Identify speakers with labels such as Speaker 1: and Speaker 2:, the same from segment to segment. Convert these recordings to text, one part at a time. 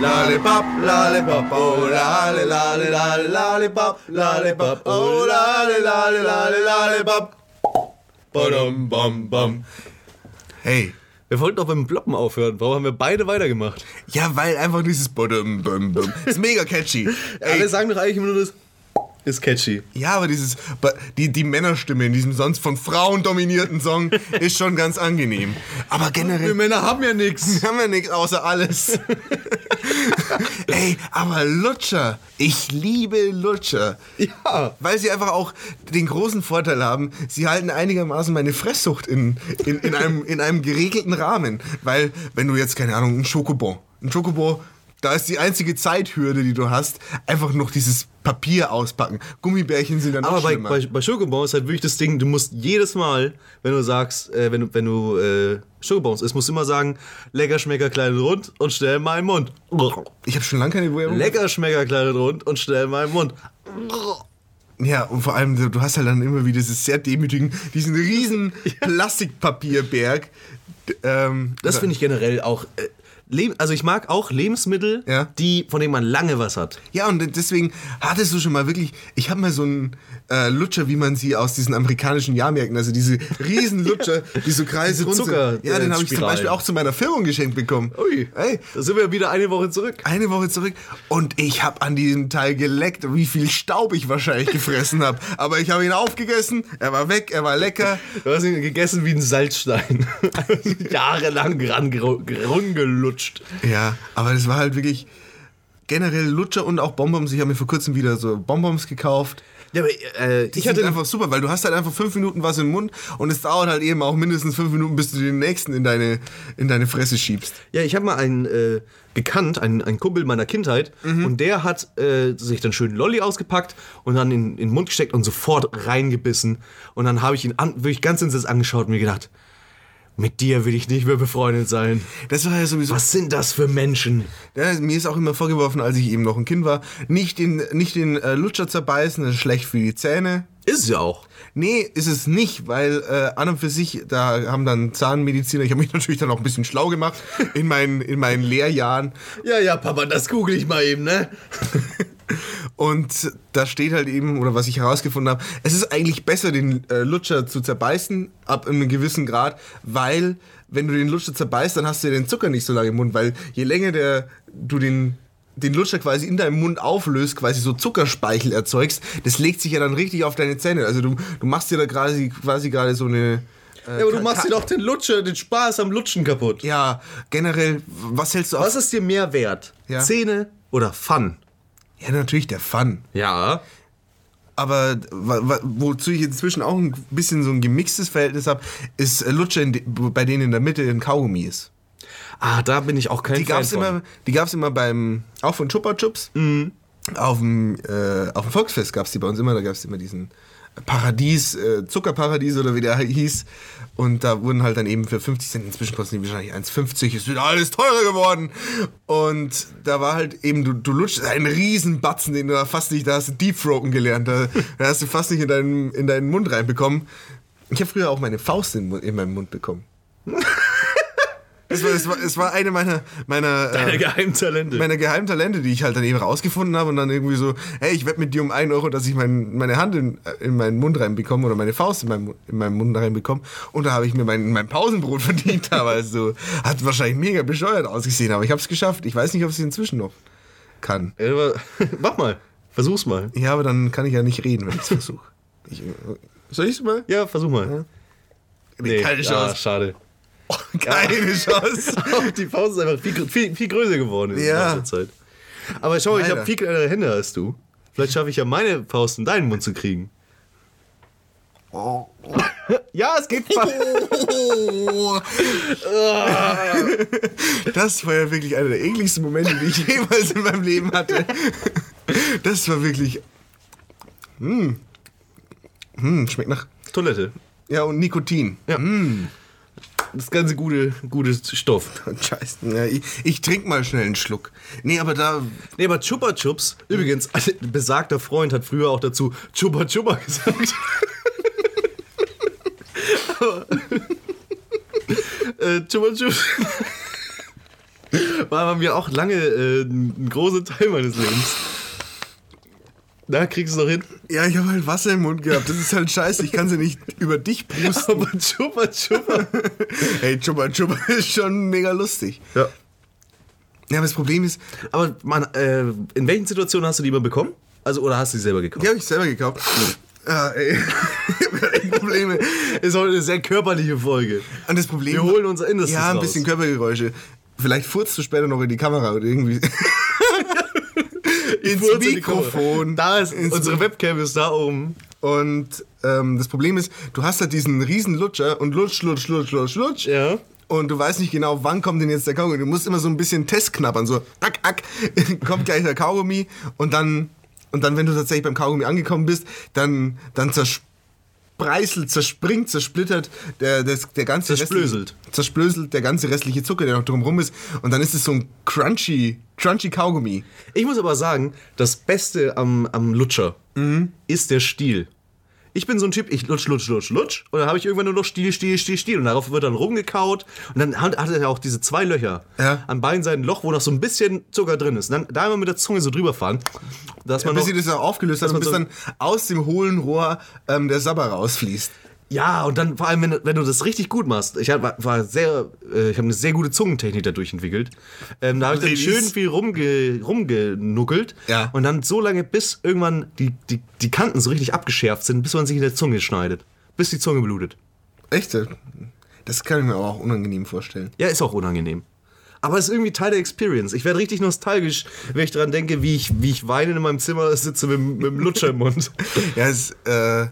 Speaker 1: lollipop, lollipop, oh lolli, lolli, lolli, lollipop, lollipop, oh lolli, lolli, lolli, lollipop. Badum, bam, bam.
Speaker 2: Hey.
Speaker 1: Wir wollten doch beim Bloppen aufhören. Warum haben wir beide weitergemacht?
Speaker 2: Ja, weil einfach dieses Badum, bum, bum. Ist mega catchy.
Speaker 1: Alle
Speaker 2: Ey,
Speaker 1: sagen doch eigentlich immer nur das ist catchy.
Speaker 2: ja, aber dieses, ba- die, die Männerstimme in diesem sonst von Frauen dominierten Song ist schon ganz angenehm. Aber generell.
Speaker 1: Männer haben ja nichts.
Speaker 2: Wir haben ja nichts außer alles. Ey, aber Lutscher. Ich liebe Lutscher.
Speaker 1: Ja.
Speaker 2: Weil sie einfach auch den großen Vorteil haben, sie halten einigermaßen meine Fresssucht in, in, in, einem, in einem geregelten Rahmen. Weil, wenn du jetzt, keine Ahnung, ein Schokobon, ein Schokobon, da ist die einzige Zeithürde, die du hast, einfach noch dieses Papier auspacken. Gummibärchen sind dann
Speaker 1: Aber
Speaker 2: auch
Speaker 1: bei,
Speaker 2: schlimmer.
Speaker 1: bei, bei Schokobons ist halt wirklich das Ding, du musst jedes Mal, wenn du sagst, äh, wenn, du- wenn du äh, Schokobons isst, musst du immer sagen, lecker, schmecker, klein und rund und schnell in meinen Mund.
Speaker 2: ich habe schon lange keine Werbung.
Speaker 1: Lecker, schmecker, klein und rund und schnell in meinen Mund.
Speaker 2: Ja, und vor allem, du hast halt dann immer wieder dieses sehr demütigen, diesen riesen Plastikpapierberg. D- Ähm,
Speaker 1: Das finde ich generell auch... Äh, Leb- also ich mag auch Lebensmittel,
Speaker 2: Ja.
Speaker 1: die, von denen man lange was hat.
Speaker 2: Ja, und deswegen hattest du schon mal wirklich, ich habe mal so einen äh, Lutscher, wie man sie aus diesen amerikanischen Jahrmärkten, also diese riesen Lutscher, die so kreise rund
Speaker 1: Zucker-
Speaker 2: sind. Ja,
Speaker 1: äh,
Speaker 2: den habe ich zum
Speaker 1: Spiralen.
Speaker 2: Beispiel auch zu meiner Firmung geschenkt bekommen. Ey,
Speaker 1: da sind wir wieder eine Woche zurück.
Speaker 2: eine Woche zurück und ich habe an diesem Teil geleckt, wie viel Staub ich wahrscheinlich gefressen habe. Aber ich habe ihn aufgegessen, er war weg, er war lecker.
Speaker 1: Du hast ihn gegessen wie ein Salzstein. Jahrelang rangeru- rumgelutscht.
Speaker 2: Ja, aber das war halt wirklich generell Lutscher und auch Bonbons. Ich habe mir vor kurzem wieder so Bonbons gekauft.
Speaker 1: Ja, aber äh,
Speaker 2: Die
Speaker 1: ich hatte
Speaker 2: sind einfach super, weil du hast halt einfach fünf Minuten was im Mund und es dauert halt eben auch mindestens fünf Minuten, bis du den nächsten in deine, in deine Fresse schiebst.
Speaker 1: Ja, ich habe mal einen äh, gekannt, einen, einen Kumpel meiner Kindheit,
Speaker 2: Mhm.
Speaker 1: und der hat äh, sich dann schön Lolli ausgepackt und dann in, in den Mund gesteckt und sofort reingebissen. Und dann habe ich ihn an, wirklich ganz intensiv angeschaut und mir gedacht, mit dir will ich nicht mehr befreundet sein.
Speaker 2: Das war ja sowieso.
Speaker 1: Was sind das für Menschen?
Speaker 2: Ja, mir ist auch immer vorgeworfen, als ich eben noch ein Kind war, nicht den, nicht den äh, Lutscher zerbeißen, das ist schlecht für die Zähne.
Speaker 1: Ist es ja auch.
Speaker 2: Nee, ist es nicht, weil äh, an und für sich, da haben dann Zahnmediziner, ich habe mich natürlich dann auch ein bisschen schlau gemacht in meinen, in meinen Lehrjahren,
Speaker 1: Ja, ja, Papa, das google ich mal eben, ne?
Speaker 2: Und da steht halt eben, oder was ich herausgefunden habe, es ist eigentlich besser, den äh, Lutscher zu zerbeißen, ab einem gewissen Grad, weil wenn du den Lutscher zerbeißt, dann hast du ja den Zucker nicht so lange im Mund, weil je länger der, du den, den Lutscher quasi in deinem Mund auflöst, quasi so Zuckerspeichel erzeugst, das legt sich ja dann richtig auf deine Zähne. Also du, du machst dir da quasi, quasi gerade so eine... äh,
Speaker 1: Ja, aber du
Speaker 2: Ka-
Speaker 1: machst
Speaker 2: Ka-
Speaker 1: dir doch den Lutscher, den Spaß am Lutschen kaputt.
Speaker 2: Ja, generell, was hältst du auf...
Speaker 1: Was ist dir mehr wert?
Speaker 2: Ja.
Speaker 1: Zähne oder Fun?
Speaker 2: Ja, natürlich der Fun.
Speaker 1: Ja.
Speaker 2: Aber wa- wa- wozu ich inzwischen auch ein bisschen so ein gemixtes Verhältnis habe, ist äh, Lutscher, in de- bei denen in der Mitte ein Kaugummi ist.
Speaker 1: Ah, da bin ich auch kein
Speaker 2: Die
Speaker 1: Fan
Speaker 2: gab's
Speaker 1: von. Mhm.
Speaker 2: immer, die gab's immer beim, auch von Chupa Chups. Auf dem, äh, auf dem Volksfest gab's die bei uns immer, da gab's immer diesen Paradies, äh, Zuckerparadies oder wie der hieß. Und da wurden halt dann eben für 50 Cent, inzwischen kosten die wahrscheinlich 1,50, ist wieder alles teurer geworden. Und da war halt eben, du, du lutschst einen riesen Batzen, den du da fast nicht, da hast du Deepfroken gelernt, da, da hast du fast nicht in deinen, in deinen Mund reinbekommen. Ich habe früher auch meine Faust in, in meinen Mund bekommen. Es war, es war, es war eine meiner, meiner äh,
Speaker 1: Deine Geheimtalente.
Speaker 2: meine geheimen Talente, die ich halt dann eben rausgefunden habe und dann irgendwie so, hey, ich wette mit dir um 1 Euro, dass ich mein, meine Hand in, äh, in meinen Mund reinbekomme oder meine Faust in meinen, Mu- in meinen Mund reinbekomme. Und da habe ich mir mein, mein Pausenbrot verdient damals so. Hat wahrscheinlich mega bescheuert ausgesehen, aber ich habe es geschafft. Ich weiß nicht, ob ich es inzwischen noch kann.
Speaker 1: Ja, aber, mach mal. Versuch's mal.
Speaker 2: Ja, aber dann kann ich ja nicht reden, wenn ich's versuch. ich äh, es versuche. Soll ich es mal?
Speaker 1: Ja, versuch mal. Nee,
Speaker 2: keine Chance.
Speaker 1: Ah, schade.
Speaker 2: Keine Chance.
Speaker 1: Auch die Faust ist einfach viel, gr- viel, viel größer geworden in
Speaker 2: Ja.
Speaker 1: letzter Zeit. Aber schau, mal, ich
Speaker 2: Leider.
Speaker 1: habe viel kleinere Hände als du. Vielleicht schaffe ich ja meine Faust in deinen Mund zu kriegen. Ja, es geht fast.
Speaker 2: Oh. Das war ja wirklich einer der ekligsten Momente, die ich jemals in meinem Leben hatte. Das war wirklich. Mm. Mm, schmeckt nach.
Speaker 1: Toilette.
Speaker 2: Ja, und Nikotin.
Speaker 1: Ja. Das ganze gute, gute Stoff.
Speaker 2: Scheiße. Ja, ich ich trinke mal schnell einen Schluck. Nee, aber da.
Speaker 1: Nee, aber Chupa Chups, übrigens, ein besagter Freund hat früher auch dazu Chupa Chupa gesagt. aber, äh, Chupa Chups. War bei mir auch lange äh, ein großer Teil meines Lebens. Na, kriegst du noch hin?
Speaker 2: Ja, ich habe halt Wasser im Mund gehabt. Das ist halt scheiße. Ich kann sie nicht über dich pusten.
Speaker 1: Aber Chupa Chupa.
Speaker 2: Hey, Chupa Chupa ist schon mega lustig.
Speaker 1: Ja.
Speaker 2: Ja, aber das Problem ist,
Speaker 1: Aber man, äh, in welchen Situationen hast du die mal bekommen? Also, oder hast du die selber gekauft?
Speaker 2: die habe ich selber gekauft. Ah, ey. Ich hab echt Probleme.
Speaker 1: Ist heute eine sehr körperliche Folge.
Speaker 2: Und das Problem.
Speaker 1: Wir holen unser Innerstes
Speaker 2: Ja, ein
Speaker 1: raus.
Speaker 2: bisschen Körpergeräusche. Vielleicht furzt du später noch in die Kamera oder irgendwie. ins
Speaker 1: Kurz in die Kamera.
Speaker 2: Mikrofon.
Speaker 1: Da ist
Speaker 2: ins
Speaker 1: unsere Webcam ist da oben.
Speaker 2: Und ähm, das Problem ist, du hast halt diesen riesen Lutscher und lutsch, lutsch, lutsch, lutsch, lutsch.
Speaker 1: Ja.
Speaker 2: Und du weißt nicht genau, wann kommt denn jetzt der Kaugummi. Du musst immer so ein bisschen testknappern, so ack, ack, kommt gleich der Kaugummi. Und dann, und dann, wenn du tatsächlich beim Kaugummi angekommen bist, dann, dann zerspreißelt, zerspringt, zersplittert der, das, der ganze...
Speaker 1: Zersplöselt.
Speaker 2: restliche- Zersplöselt der ganze restliche Zucker, der noch drumrum ist. Und dann ist es so ein crunchy, crunchy Kaugummi.
Speaker 1: Ich muss aber sagen, das Beste am, am Lutscher ist der Stiel. Ich bin so ein Typ, ich lutsch, lutsch, lutsch, lutsch. Und dann habe ich irgendwann nur noch Stiel, Stiel, Stiel, Stiel. Und darauf wird dann rumgekaut. Und dann hat, hat er ja auch diese zwei Löcher.
Speaker 2: Ja.
Speaker 1: An beiden Seiten ein Loch, wo noch so ein bisschen Zucker drin ist. Und dann da immer mit der Zunge so drüber fahren. Dass man
Speaker 2: Bis sie
Speaker 1: noch,
Speaker 2: das dann aufgelöst hat und
Speaker 1: man
Speaker 2: bis
Speaker 1: so-
Speaker 2: dann aus dem hohlen Rohr ähm, der Sabber rausfließt.
Speaker 1: ja, und dann vor allem, wenn, du- wenn du das richtig gut machst. Ich hab, war- war sehr, äh, ich habe eine sehr gute Zungentechnik dadurch entwickelt. Ähm, da habe ich dann
Speaker 2: Ladies.
Speaker 1: schön viel rumge, rumgenuckelt.
Speaker 2: Ja.
Speaker 1: Und dann so lange, bis irgendwann die, die, die Kanten so richtig abgeschärft sind, bis man sich in der Zunge schneidet. Bis die Zunge blutet.
Speaker 2: Echt? Das kann ich mir aber auch unangenehm vorstellen.
Speaker 1: Ja, ist auch unangenehm. Aber ist irgendwie Teil der Experience. Ich werde richtig nostalgisch, wenn ich daran denke, wie ich, wie ich weinend in meinem Zimmer sitze mit, mit dem Lutscher im Mund.
Speaker 2: Ja, es, äh,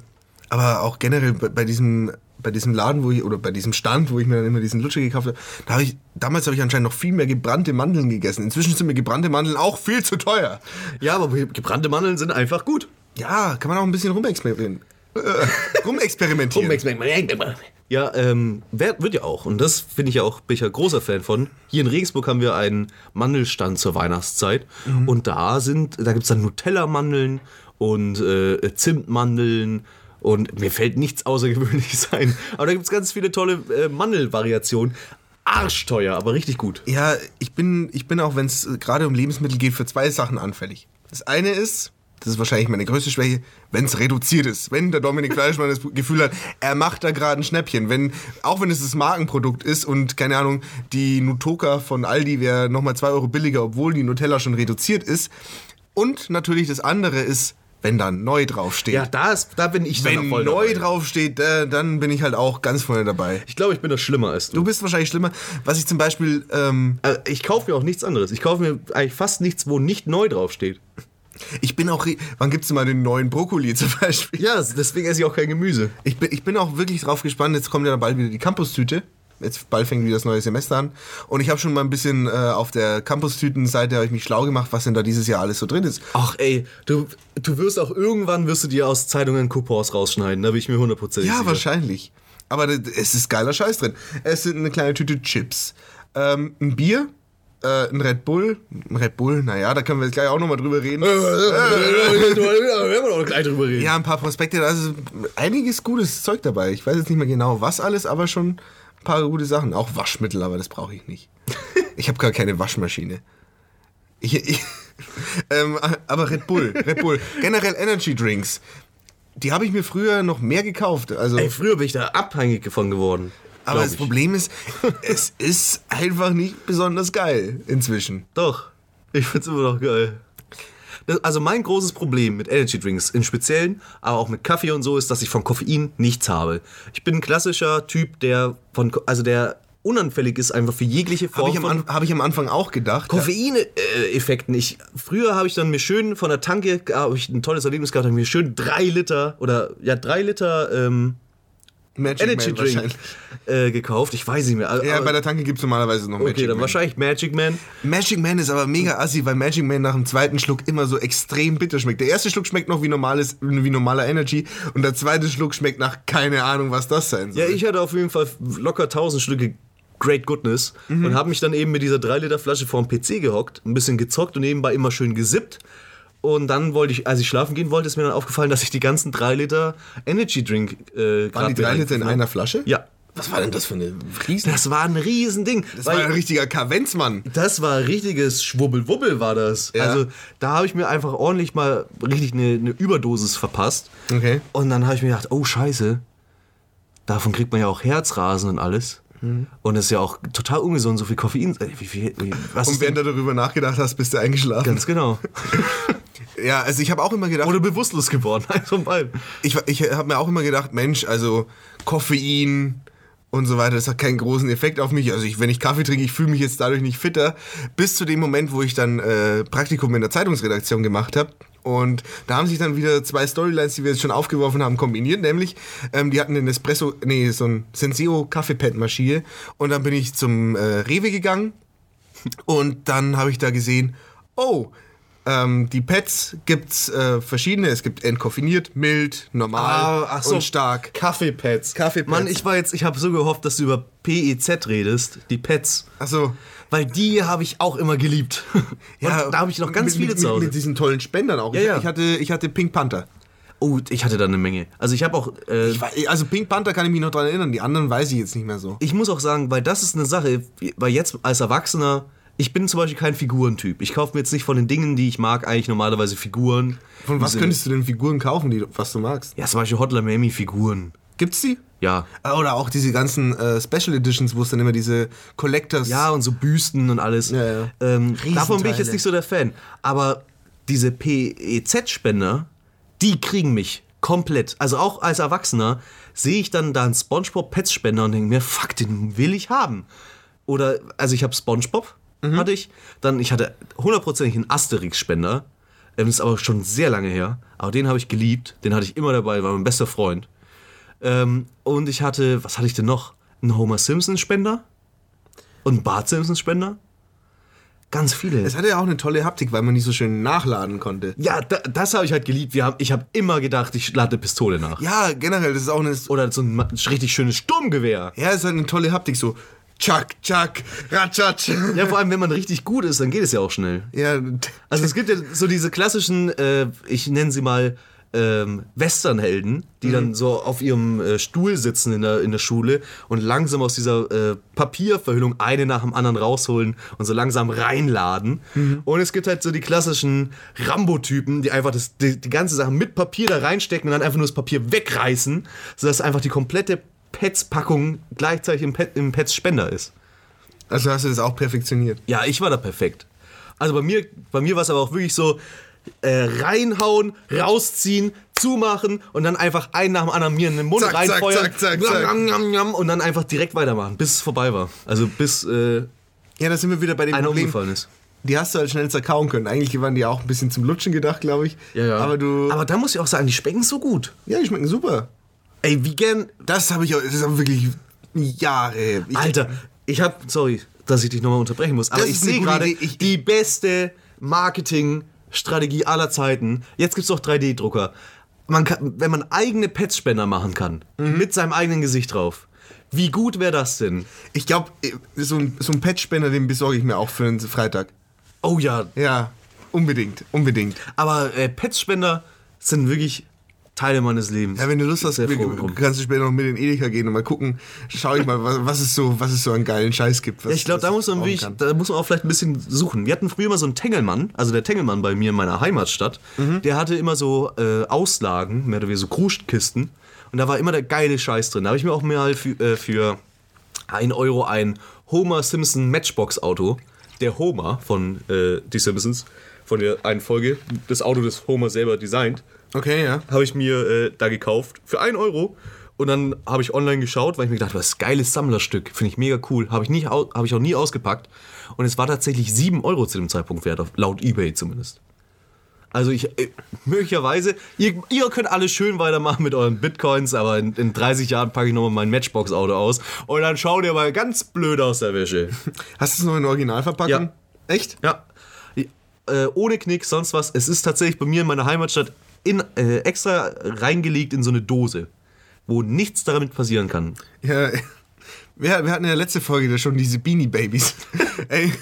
Speaker 2: aber auch generell bei, bei diesem bei diesem Laden, wo ich oder bei diesem Stand, wo ich mir dann immer diesen Lutscher gekauft habe, da habe ich damals habe ich anscheinend noch viel mehr gebrannte Mandeln gegessen. Inzwischen sind mir gebrannte Mandeln auch viel zu teuer.
Speaker 1: Ja, aber gebrannte Mandeln sind einfach gut.
Speaker 2: Ja, kann man auch ein bisschen rumexperimentieren. Äh, rumexperimentieren.
Speaker 1: Ja, ähm, wer- wird ja auch. Und das finde ich ja auch, bin ich ja großer Fan von. Hier in Regensburg haben wir einen Mandelstand zur Weihnachtszeit. Und da sind, da gibt es dann Nutella-Mandeln und äh, Zimtmandeln. Und mir fällt nichts Außergewöhnliches ein. Aber da gibt es ganz viele tolle äh, Mandelvariationen. Arschteuer, aber richtig gut.
Speaker 2: ja, ich bin ich bin auch, wenn es gerade um Lebensmittel geht, für zwei Sachen anfällig. Das eine ist das ist wahrscheinlich meine größte Schwäche, wenn es reduziert ist. Wenn der Dominik Fleischmann das Gefühl hat, er macht da gerade ein Schnäppchen. Wenn, auch wenn es das Markenprodukt ist und, keine Ahnung, die Nutoka von Aldi wäre nochmal 2 Euro billiger, obwohl die Nutella schon reduziert ist. Und natürlich das andere ist, wenn da neu draufsteht.
Speaker 1: Ja, da, ist, da bin ich dann
Speaker 2: wenn
Speaker 1: auch voll
Speaker 2: neu
Speaker 1: dabei.
Speaker 2: draufsteht, äh, dann bin ich halt auch ganz vorne dabei.
Speaker 1: Ich glaube, ich bin das schlimmer als
Speaker 2: Du bist wahrscheinlich schlimmer. Was ich zum Beispiel... Ähm,
Speaker 1: Äh, Ich kaufe mir auch nichts anderes. Ich kaufe mir eigentlich fast nichts, wo nicht neu draufsteht.
Speaker 2: Ich bin auch. re- Wann gibt's denn mal den neuen Brokkoli zum Beispiel?
Speaker 1: Ja, deswegen esse ich auch kein Gemüse.
Speaker 2: Ich bin, ich bin auch wirklich drauf gespannt. Jetzt kommt ja dann bald wieder die Campus-Tüte. Jetzt bald fängt wieder das neue Semester an. Und ich habe schon mal ein bisschen äh, auf der Campus-Tüten-Seite hab ich mich schlau gemacht, was denn da dieses Jahr alles so drin ist.
Speaker 1: Ach ey, du, du wirst auch irgendwann wirst du dir aus Zeitungen Coupons rausschneiden, da bin ich mir hundertprozentig
Speaker 2: Ja,
Speaker 1: sicher.
Speaker 2: wahrscheinlich. Aber d- es ist geiler Scheiß drin. Es sind eine kleine Tüte Chips, ähm, ein Bier, äh, ein Red Bull. Ein Red Bull, naja, da können wir jetzt gleich auch nochmal drüber reden.
Speaker 1: Da werden wir doch gleich drüber reden.
Speaker 2: Ja, ein paar Prospekte, da ist einiges gutes Zeug dabei. Ich weiß jetzt nicht mehr genau, was alles, aber schon ein paar gute Sachen. Auch Waschmittel, aber das brauche ich nicht. Ich habe gar keine Waschmaschine. Ich, ich, ähm, aber Red Bull, Red Bull. Generell Energy Drinks. Die habe ich mir früher noch mehr gekauft. Also,
Speaker 1: Ey, früher bin ich da abhängig davon geworden.
Speaker 2: aber
Speaker 1: glaub
Speaker 2: das
Speaker 1: ich.
Speaker 2: Problem ist, es ist einfach nicht besonders geil inzwischen.
Speaker 1: Doch, ich find's immer noch geil. Das, also mein großes Problem mit Energy Drinks im Speziellen, aber auch mit Kaffee und so, ist, dass ich von Koffein nichts habe. Ich bin ein klassischer Typ, der von, Ko- also der unanfällig ist einfach für jegliche Form
Speaker 2: Habe ich, am
Speaker 1: von
Speaker 2: An- hab ich am Anfang auch gedacht.
Speaker 1: Koffein-Effekten. Ich, früher habe ich dann mir schön von der Tanke, habe ich ein tolles Erlebnis gehabt, habe mir schön drei Liter oder ja drei Liter ähm,
Speaker 2: Magic Man
Speaker 1: Energy Drink
Speaker 2: wahrscheinlich.
Speaker 1: äh, gekauft. Ich weiß nicht mehr. aber-
Speaker 2: Ja, bei der Tanke gibt es normalerweise noch Magic
Speaker 1: okay, dann
Speaker 2: Man.
Speaker 1: wahrscheinlich Magic Man.
Speaker 2: Magic Man ist aber mega assi, weil Magic Man nach dem zweiten Schluck immer so extrem bitter schmeckt. Der erste Schluck schmeckt noch wie, normales, wie normaler Energy und der zweite Schluck schmeckt nach keine Ahnung, was das sein soll.
Speaker 1: Ja, ich hatte auf jeden Fall locker 1000 Stücke Great Goodness
Speaker 2: Mhm.
Speaker 1: und habe mich dann eben mit dieser 3 Liter Flasche vorm PC gehockt, ein bisschen gezockt und nebenbei immer schön gesippt. Und dann wollte ich, als ich schlafen gehen wollte, ist mir dann aufgefallen, dass ich die ganzen 3 Liter Energy Drink äh,
Speaker 2: Waren
Speaker 1: grad
Speaker 2: die
Speaker 1: mir
Speaker 2: drei Liter in
Speaker 1: reingefüllt
Speaker 2: einer Flasche?
Speaker 1: Ja.
Speaker 2: Was war denn das für eine Riesen?
Speaker 1: Das war ein Riesending.
Speaker 2: Das
Speaker 1: weil-
Speaker 2: war ein richtiger Kavenzmann.
Speaker 1: Das war richtiges Schwubbelwubbel war das.
Speaker 2: Ja.
Speaker 1: Also da habe ich mir einfach ordentlich mal richtig eine, eine Überdosis verpasst.
Speaker 2: Okay.
Speaker 1: Und dann habe ich mir gedacht, oh scheiße, davon kriegt man ja auch Herzrasen und alles.
Speaker 2: Mhm.
Speaker 1: Und das ist ja auch total ungesund, so viel Koffein. äh, Wie viel, wie, was
Speaker 2: Und
Speaker 1: ist
Speaker 2: während
Speaker 1: denn-
Speaker 2: du darüber nachgedacht hast, bist du eingeschlafen.
Speaker 1: Ganz genau.
Speaker 2: Ja, also ich habe auch immer gedacht,
Speaker 1: Oder bewusstlos geworden, also eins von beiden.
Speaker 2: ich, ich habe mir auch immer gedacht, Mensch, also Koffein und so weiter, das hat keinen großen Effekt auf mich. Also ich, wenn ich Kaffee trinke, ich fühle mich jetzt dadurch nicht fitter. Bis zu dem Moment, wo ich dann äh, Praktikum in der Zeitungsredaktion gemacht habe. Und da haben sich dann wieder zwei Storylines, die wir jetzt schon aufgeworfen haben, kombiniert. Nämlich, ähm, die hatten einen Espresso, nee, so ein Senseo Kaffeepad-Maschine. Und dann bin ich zum äh, Rewe gegangen. Und dann habe ich da gesehen, oh, ähm, die Pads gibt's äh, verschiedene. Es gibt entkoffiniert, mild, normal
Speaker 1: Ah,
Speaker 2: und stark.
Speaker 1: Kaffeepads.
Speaker 2: Kaffeepads.
Speaker 1: Mann, ich war jetzt, ich habe so gehofft, dass du über PEZ redest, die Pads.
Speaker 2: Also
Speaker 1: Weil die habe ich auch immer geliebt. und da habe ich noch ganz
Speaker 2: mit,
Speaker 1: viele
Speaker 2: mit,
Speaker 1: zu
Speaker 2: mit,
Speaker 1: Hause.
Speaker 2: mit diesen tollen Spendern auch.
Speaker 1: Ja,
Speaker 2: ich,
Speaker 1: ja.
Speaker 2: ich hatte, ich hatte Pink Panther.
Speaker 1: Oh, ich hatte da eine Menge. Also ich habe auch. Äh,
Speaker 2: Ich
Speaker 1: ich,
Speaker 2: war, also Pink Panther kann ich mich noch dran erinnern. Die anderen weiß ich jetzt nicht mehr so.
Speaker 1: muss auch sagen, weil das ist eine Sache, weil jetzt als Erwachsener, ich bin zum Beispiel kein Figurentyp. Ich kaufe mir jetzt nicht von den Dingen, die ich mag, eigentlich normalerweise Figuren.
Speaker 2: Von was
Speaker 1: Im Sinne-
Speaker 2: könntest du denn Figuren kaufen, die du, was du magst?
Speaker 1: Ja, zum Beispiel Hotline Miami Figuren.
Speaker 2: Gibt's die?
Speaker 1: Ja.
Speaker 2: Ah, Oder auch diese ganzen äh, Special Editions, wo es dann immer diese Collectors.
Speaker 1: Ja, und so Büsten und alles.
Speaker 2: Ja, ja.
Speaker 1: Ähm, davon bin ich
Speaker 2: Riesenteile.
Speaker 1: jetzt nicht so der Fan. Aber diese PEZ-Spender, die kriegen mich komplett. Also auch als Erwachsener sehe ich dann da einen Spongebob-Pets-Spender und denke mir, fuck, den will ich haben. Oder, also ich habe Spongebob,
Speaker 2: Mhm.
Speaker 1: hatte ich. Dann, ich hatte hundertprozentig einen Asterix-Spender. Ähm, das ist aber schon sehr lange her. Aber den habe ich geliebt. Den hatte ich immer dabei, war mein bester Freund. Ähm, und ich hatte, was hatte ich denn noch? Einen Homer Simpson-Spender. Und einen Bart Simpson-Spender. Ganz viele.
Speaker 2: Es hatte ja auch eine tolle Haptik, weil man nicht so schön nachladen konnte.
Speaker 1: ja, da, das habe ich halt geliebt. Wir haben, ich habe immer gedacht, ich lade eine Pistole nach.
Speaker 2: Ja, generell, das ist auch eine.
Speaker 1: Oder so ein ma- richtig schönes Sturmgewehr.
Speaker 2: Ja, ist halt eine tolle Haptik, so. Tschak, tschak, ratschatsch.
Speaker 1: Ja, vor allem, wenn man richtig gut ist, dann geht es ja auch schnell.
Speaker 2: Ja,
Speaker 1: Also es gibt ja so diese klassischen, äh, ich nenne sie mal ähm, Westernhelden, die dann so auf ihrem äh, Stuhl sitzen in der, in der Schule und langsam aus dieser äh, Papierverhüllung eine nach dem anderen rausholen und so langsam reinladen. Und es gibt halt so die klassischen Rambo-Typen, die einfach das, die, die ganze Sache mit Papier da reinstecken und dann einfach nur das Papier wegreißen, sodass einfach die komplette Pets-Packung gleichzeitig im, Pet, im Pets-Spender ist.
Speaker 2: also hast du das auch perfektioniert.
Speaker 1: Ja, ich war da perfekt. Also bei mir, bei mir war es aber auch wirklich so, äh, reinhauen, rausziehen, zumachen und dann einfach einen nach dem anderen mir in den Mund
Speaker 2: Zack, zack,
Speaker 1: reinfeuern.
Speaker 2: zack, zack, zack.
Speaker 1: Njam, njam, njam, und dann einfach direkt weitermachen, bis es vorbei war. Also bis äh,
Speaker 2: Ja, da sind wir wieder bei dem
Speaker 1: einer
Speaker 2: Problem.
Speaker 1: umgefallen ist.
Speaker 2: Die hast du halt schnell zerkauen können. Eigentlich waren die auch ein bisschen zum Lutschen gedacht, glaube ich. Aber du.
Speaker 1: Aber da muss ich auch sagen, die schmecken so gut.
Speaker 2: ja, die schmecken super.
Speaker 1: Ey, wie gern.
Speaker 2: Das habe ich auch. Das ist aber wirklich Jahre. Ich,
Speaker 1: Alter, ich hab. Sorry, dass ich dich nochmal unterbrechen muss, aber
Speaker 2: Das
Speaker 1: ich
Speaker 2: ist eine
Speaker 1: sehe
Speaker 2: gute
Speaker 1: gerade
Speaker 2: Idee. Ich-
Speaker 1: die beste Marketingstrategie aller Zeiten. Jetzt gibt's doch 3D-Drucker. Man kann, wenn man eigene Petspender machen kann,
Speaker 2: Mhm.
Speaker 1: mit seinem eigenen Gesicht drauf. Wie gut wäre das denn?
Speaker 2: Ich glaube, so ein, so ein Patch-Spender, den besorge ich mir auch für den Freitag.
Speaker 1: Oh ja,
Speaker 2: Ja, unbedingt, unbedingt.
Speaker 1: aber äh, Petspender sind wirklich Teile meines Lebens.
Speaker 2: Ja, wenn du Lust hast,
Speaker 1: Sehr
Speaker 2: wir-
Speaker 1: froh drum.
Speaker 2: kannst du später noch mit in Edeka gehen und mal gucken, schau ich mal, was, was, es, so, was es so einen geilen Scheiß gibt. Was,
Speaker 1: Ja, ich glaube,
Speaker 2: was
Speaker 1: da, muss man
Speaker 2: brauchen
Speaker 1: wirklich-
Speaker 2: kann.
Speaker 1: da muss man auch vielleicht ein bisschen suchen. Wir hatten früher mal so einen Tengelmann, also der Tengelmann bei mir in meiner Heimatstadt, der hatte immer so äh, Auslagen, mehr oder weniger so Krustkisten. Und da war immer der geile Scheiß drin. Da habe ich mir auch mal für, äh, für 1 Euro ein Homer Simpson Matchbox Auto, der Homer von äh, Die Simpsons, von der einen Folge, das Auto, das Homer selber designt,
Speaker 2: Okay, ja.
Speaker 1: habe ich mir äh, da gekauft für 1 Euro. Und dann habe ich online geschaut, weil ich mir gedacht habe, das ist ein geiles Sammlerstück, finde ich mega cool. Habe ich, nicht au- hab ich auch nie ausgepackt. Und es war tatsächlich 7 Euro zu dem Zeitpunkt wert, auf- laut eBay zumindest. Also ich, äh, möglicherweise, ihr, ihr könnt alle schön weitermachen mit euren Bitcoins, aber in, in 30 Jahren packe ich nochmal mein Matchbox-Auto aus und dann schaut ihr mal ganz blöd aus der Wäsche.
Speaker 2: Hast du es noch in Originalverpackung?
Speaker 1: Ja.
Speaker 2: Echt?
Speaker 1: Ja. Äh, ohne Knick, sonst was. Es ist tatsächlich bei mir in meiner Heimatstadt in, äh, extra reingelegt in so eine Dose, wo nichts damit passieren kann.
Speaker 2: Ja. Wir, wir hatten in der letzten Folge da schon diese Beanie Babies. Ey,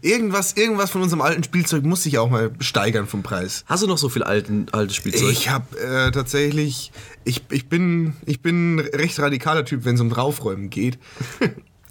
Speaker 2: irgendwas, irgendwas von unserem alten Spielzeug muss sich auch mal steigern vom Preis.
Speaker 1: Hast du noch so viel alten, altes Spielzeug?
Speaker 2: Ich habe äh, tatsächlich, ich, ich, bin, ich bin ein recht radikaler Typ, wenn es um Draufräumen geht.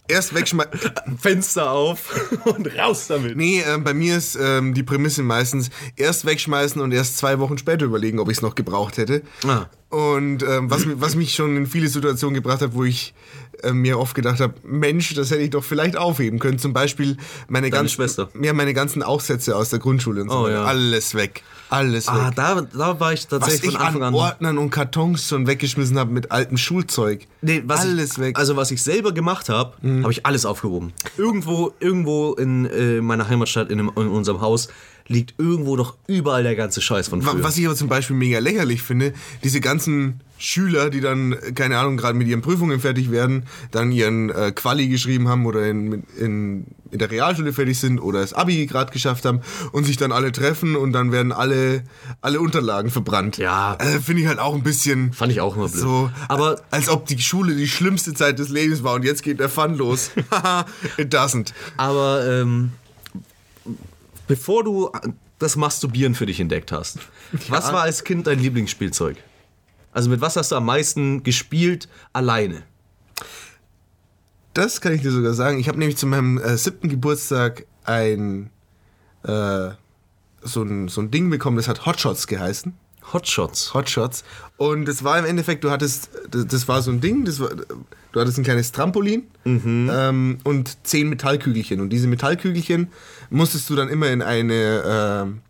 Speaker 2: Erst wegschmeißen.
Speaker 1: Fenster auf und raus damit.
Speaker 2: Nee, äh, bei mir ist ähm, die Prämisse meistens erst wegschmeißen und erst zwei Wochen später überlegen, ob ich es noch gebraucht hätte.
Speaker 1: Ah.
Speaker 2: Und ähm, was, mi- was mich schon in viele Situationen gebracht hat, wo ich äh, mir oft gedacht habe, Mensch, das hätte ich doch vielleicht aufheben können. Zum Beispiel meine ganzen,
Speaker 1: Schwester.
Speaker 2: Ja, meine ganzen Aufsätze aus der Grundschule und so.
Speaker 1: Oh,
Speaker 2: weiter.
Speaker 1: ja.
Speaker 2: Alles weg. Alles weg.
Speaker 1: Ah, da, da war ich
Speaker 2: was
Speaker 1: tatsächlich
Speaker 2: ich
Speaker 1: von Anfang
Speaker 2: an
Speaker 1: an. ne?
Speaker 2: Ordnern und Kartons schon weggeschmissen habe mit altem Schulzeug.
Speaker 1: Nee, was
Speaker 2: alles
Speaker 1: ich,
Speaker 2: weg. Mhm.
Speaker 1: Also was ich selber gemacht habe, habe ich alles aufgehoben. Irgendwo, irgendwo in äh, meiner Heimatstadt, in, einem, in unserem Haus, liegt irgendwo noch überall der ganze Scheiß von
Speaker 2: Wa-
Speaker 1: früher.
Speaker 2: Was ich aber zum Beispiel mega lächerlich finde, diese ganzen Schüler, die dann, äh, keine Ahnung, gerade mit ihren Prüfungen fertig werden, dann ihren äh, Quali geschrieben haben oder in, in, in der Realschule fertig sind oder das Abi gerade geschafft haben und sich dann alle treffen und dann werden alle, alle Unterlagen verbrannt.
Speaker 1: Ja.
Speaker 2: Also finde ich halt auch ein bisschen
Speaker 1: Fand ich auch immer blöd.
Speaker 2: so, äh,
Speaker 1: Aber
Speaker 2: als ob die Schule die schlimmste Zeit des Lebens war und jetzt geht der Fun los. Haha, it doesn't.
Speaker 1: Aber ähm, bevor du das Masturbieren für dich entdeckt hast, was war als Kind dein Lieblingsspielzeug? Also mit was hast du am meisten gespielt alleine?
Speaker 2: Das kann ich dir sogar sagen. Ich habe nämlich zu meinem äh, siebten Geburtstag ein, äh, so ein so ein Ding bekommen, das hat Hotshots geheißen.
Speaker 1: Hotshots.
Speaker 2: Hotshots. Und das war im Endeffekt, du hattest, das, das war so ein Ding, das war, du hattest ein kleines Trampolin ähm, und zehn Metallkügelchen. Und diese Metallkügelchen musstest du dann immer in eine, ähm,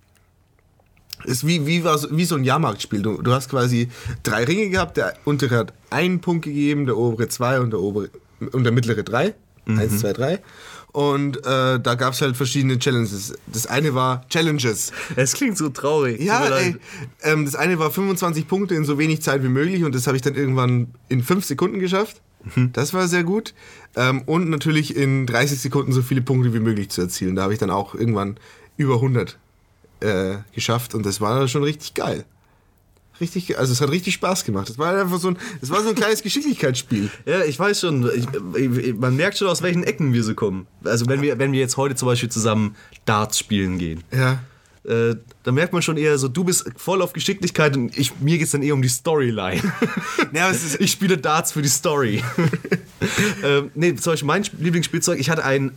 Speaker 2: ist wie, wie, war so, wie so ein Jahrmarktspiel. Du, du hast quasi drei Ringe gehabt, der untere hat einen Punkt gegeben, der obere zwei und der, obere, und der mittlere drei. Eins, zwei, drei. Und äh, da gab es halt verschiedene Challenges. Das eine war Challenges.
Speaker 1: Es klingt so traurig. Tut mir
Speaker 2: Ja,
Speaker 1: leid.
Speaker 2: ey, ähm, das eine war 25 Punkte in so wenig Zeit wie möglich und das habe ich dann irgendwann in 5 Sekunden geschafft.
Speaker 1: Mhm.
Speaker 2: Das war sehr gut. Ähm, und natürlich in 30 Sekunden so viele Punkte wie möglich zu erzielen. Da habe ich dann auch irgendwann über 100 äh, geschafft und das war schon richtig geil. Richtig, ge- also es hat richtig Spaß gemacht. Das war einfach so ein, das war so ein kleines Geschicklichkeitsspiel.
Speaker 1: Ja, ich weiß schon, ich, ich, man merkt schon, aus welchen Ecken wir so kommen. Also wenn wir, wenn wir jetzt heute zum Beispiel zusammen Darts spielen gehen,
Speaker 2: Ja.
Speaker 1: äh, da merkt man schon eher so, du bist voll auf Geschicklichkeit und ich, mir geht es dann eher um die Storyline.
Speaker 2: Ja, aber es ist,
Speaker 1: ich spiele Darts für die Story. ähm, nee, zum Beispiel mein Sp- Lieblingsspielzeug, ich hatte ein,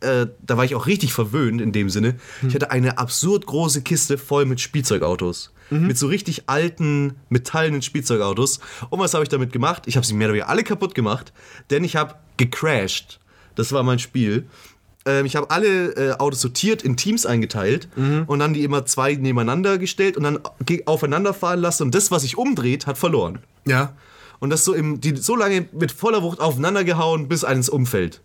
Speaker 1: äh, da war ich auch richtig verwöhnt in dem Sinne, ich hatte eine absurd große Kiste voll mit Spielzeugautos. Mit so richtig alten, metallenen Spielzeugautos. Und was habe ich damit gemacht? Ich habe sie mehr oder weniger alle kaputt gemacht, denn ich habe gecrashed. Das war mein Spiel. Ähm, ich habe alle äh, Autos sortiert, in Teams eingeteilt und dann die immer zwei nebeneinander gestellt und dann ge- aufeinander fahren lassen. Und das, was sich umdreht, hat verloren.
Speaker 2: ja.
Speaker 1: Und das so im, die so lange mit voller Wucht aufeinander gehauen, bis eines umfällt.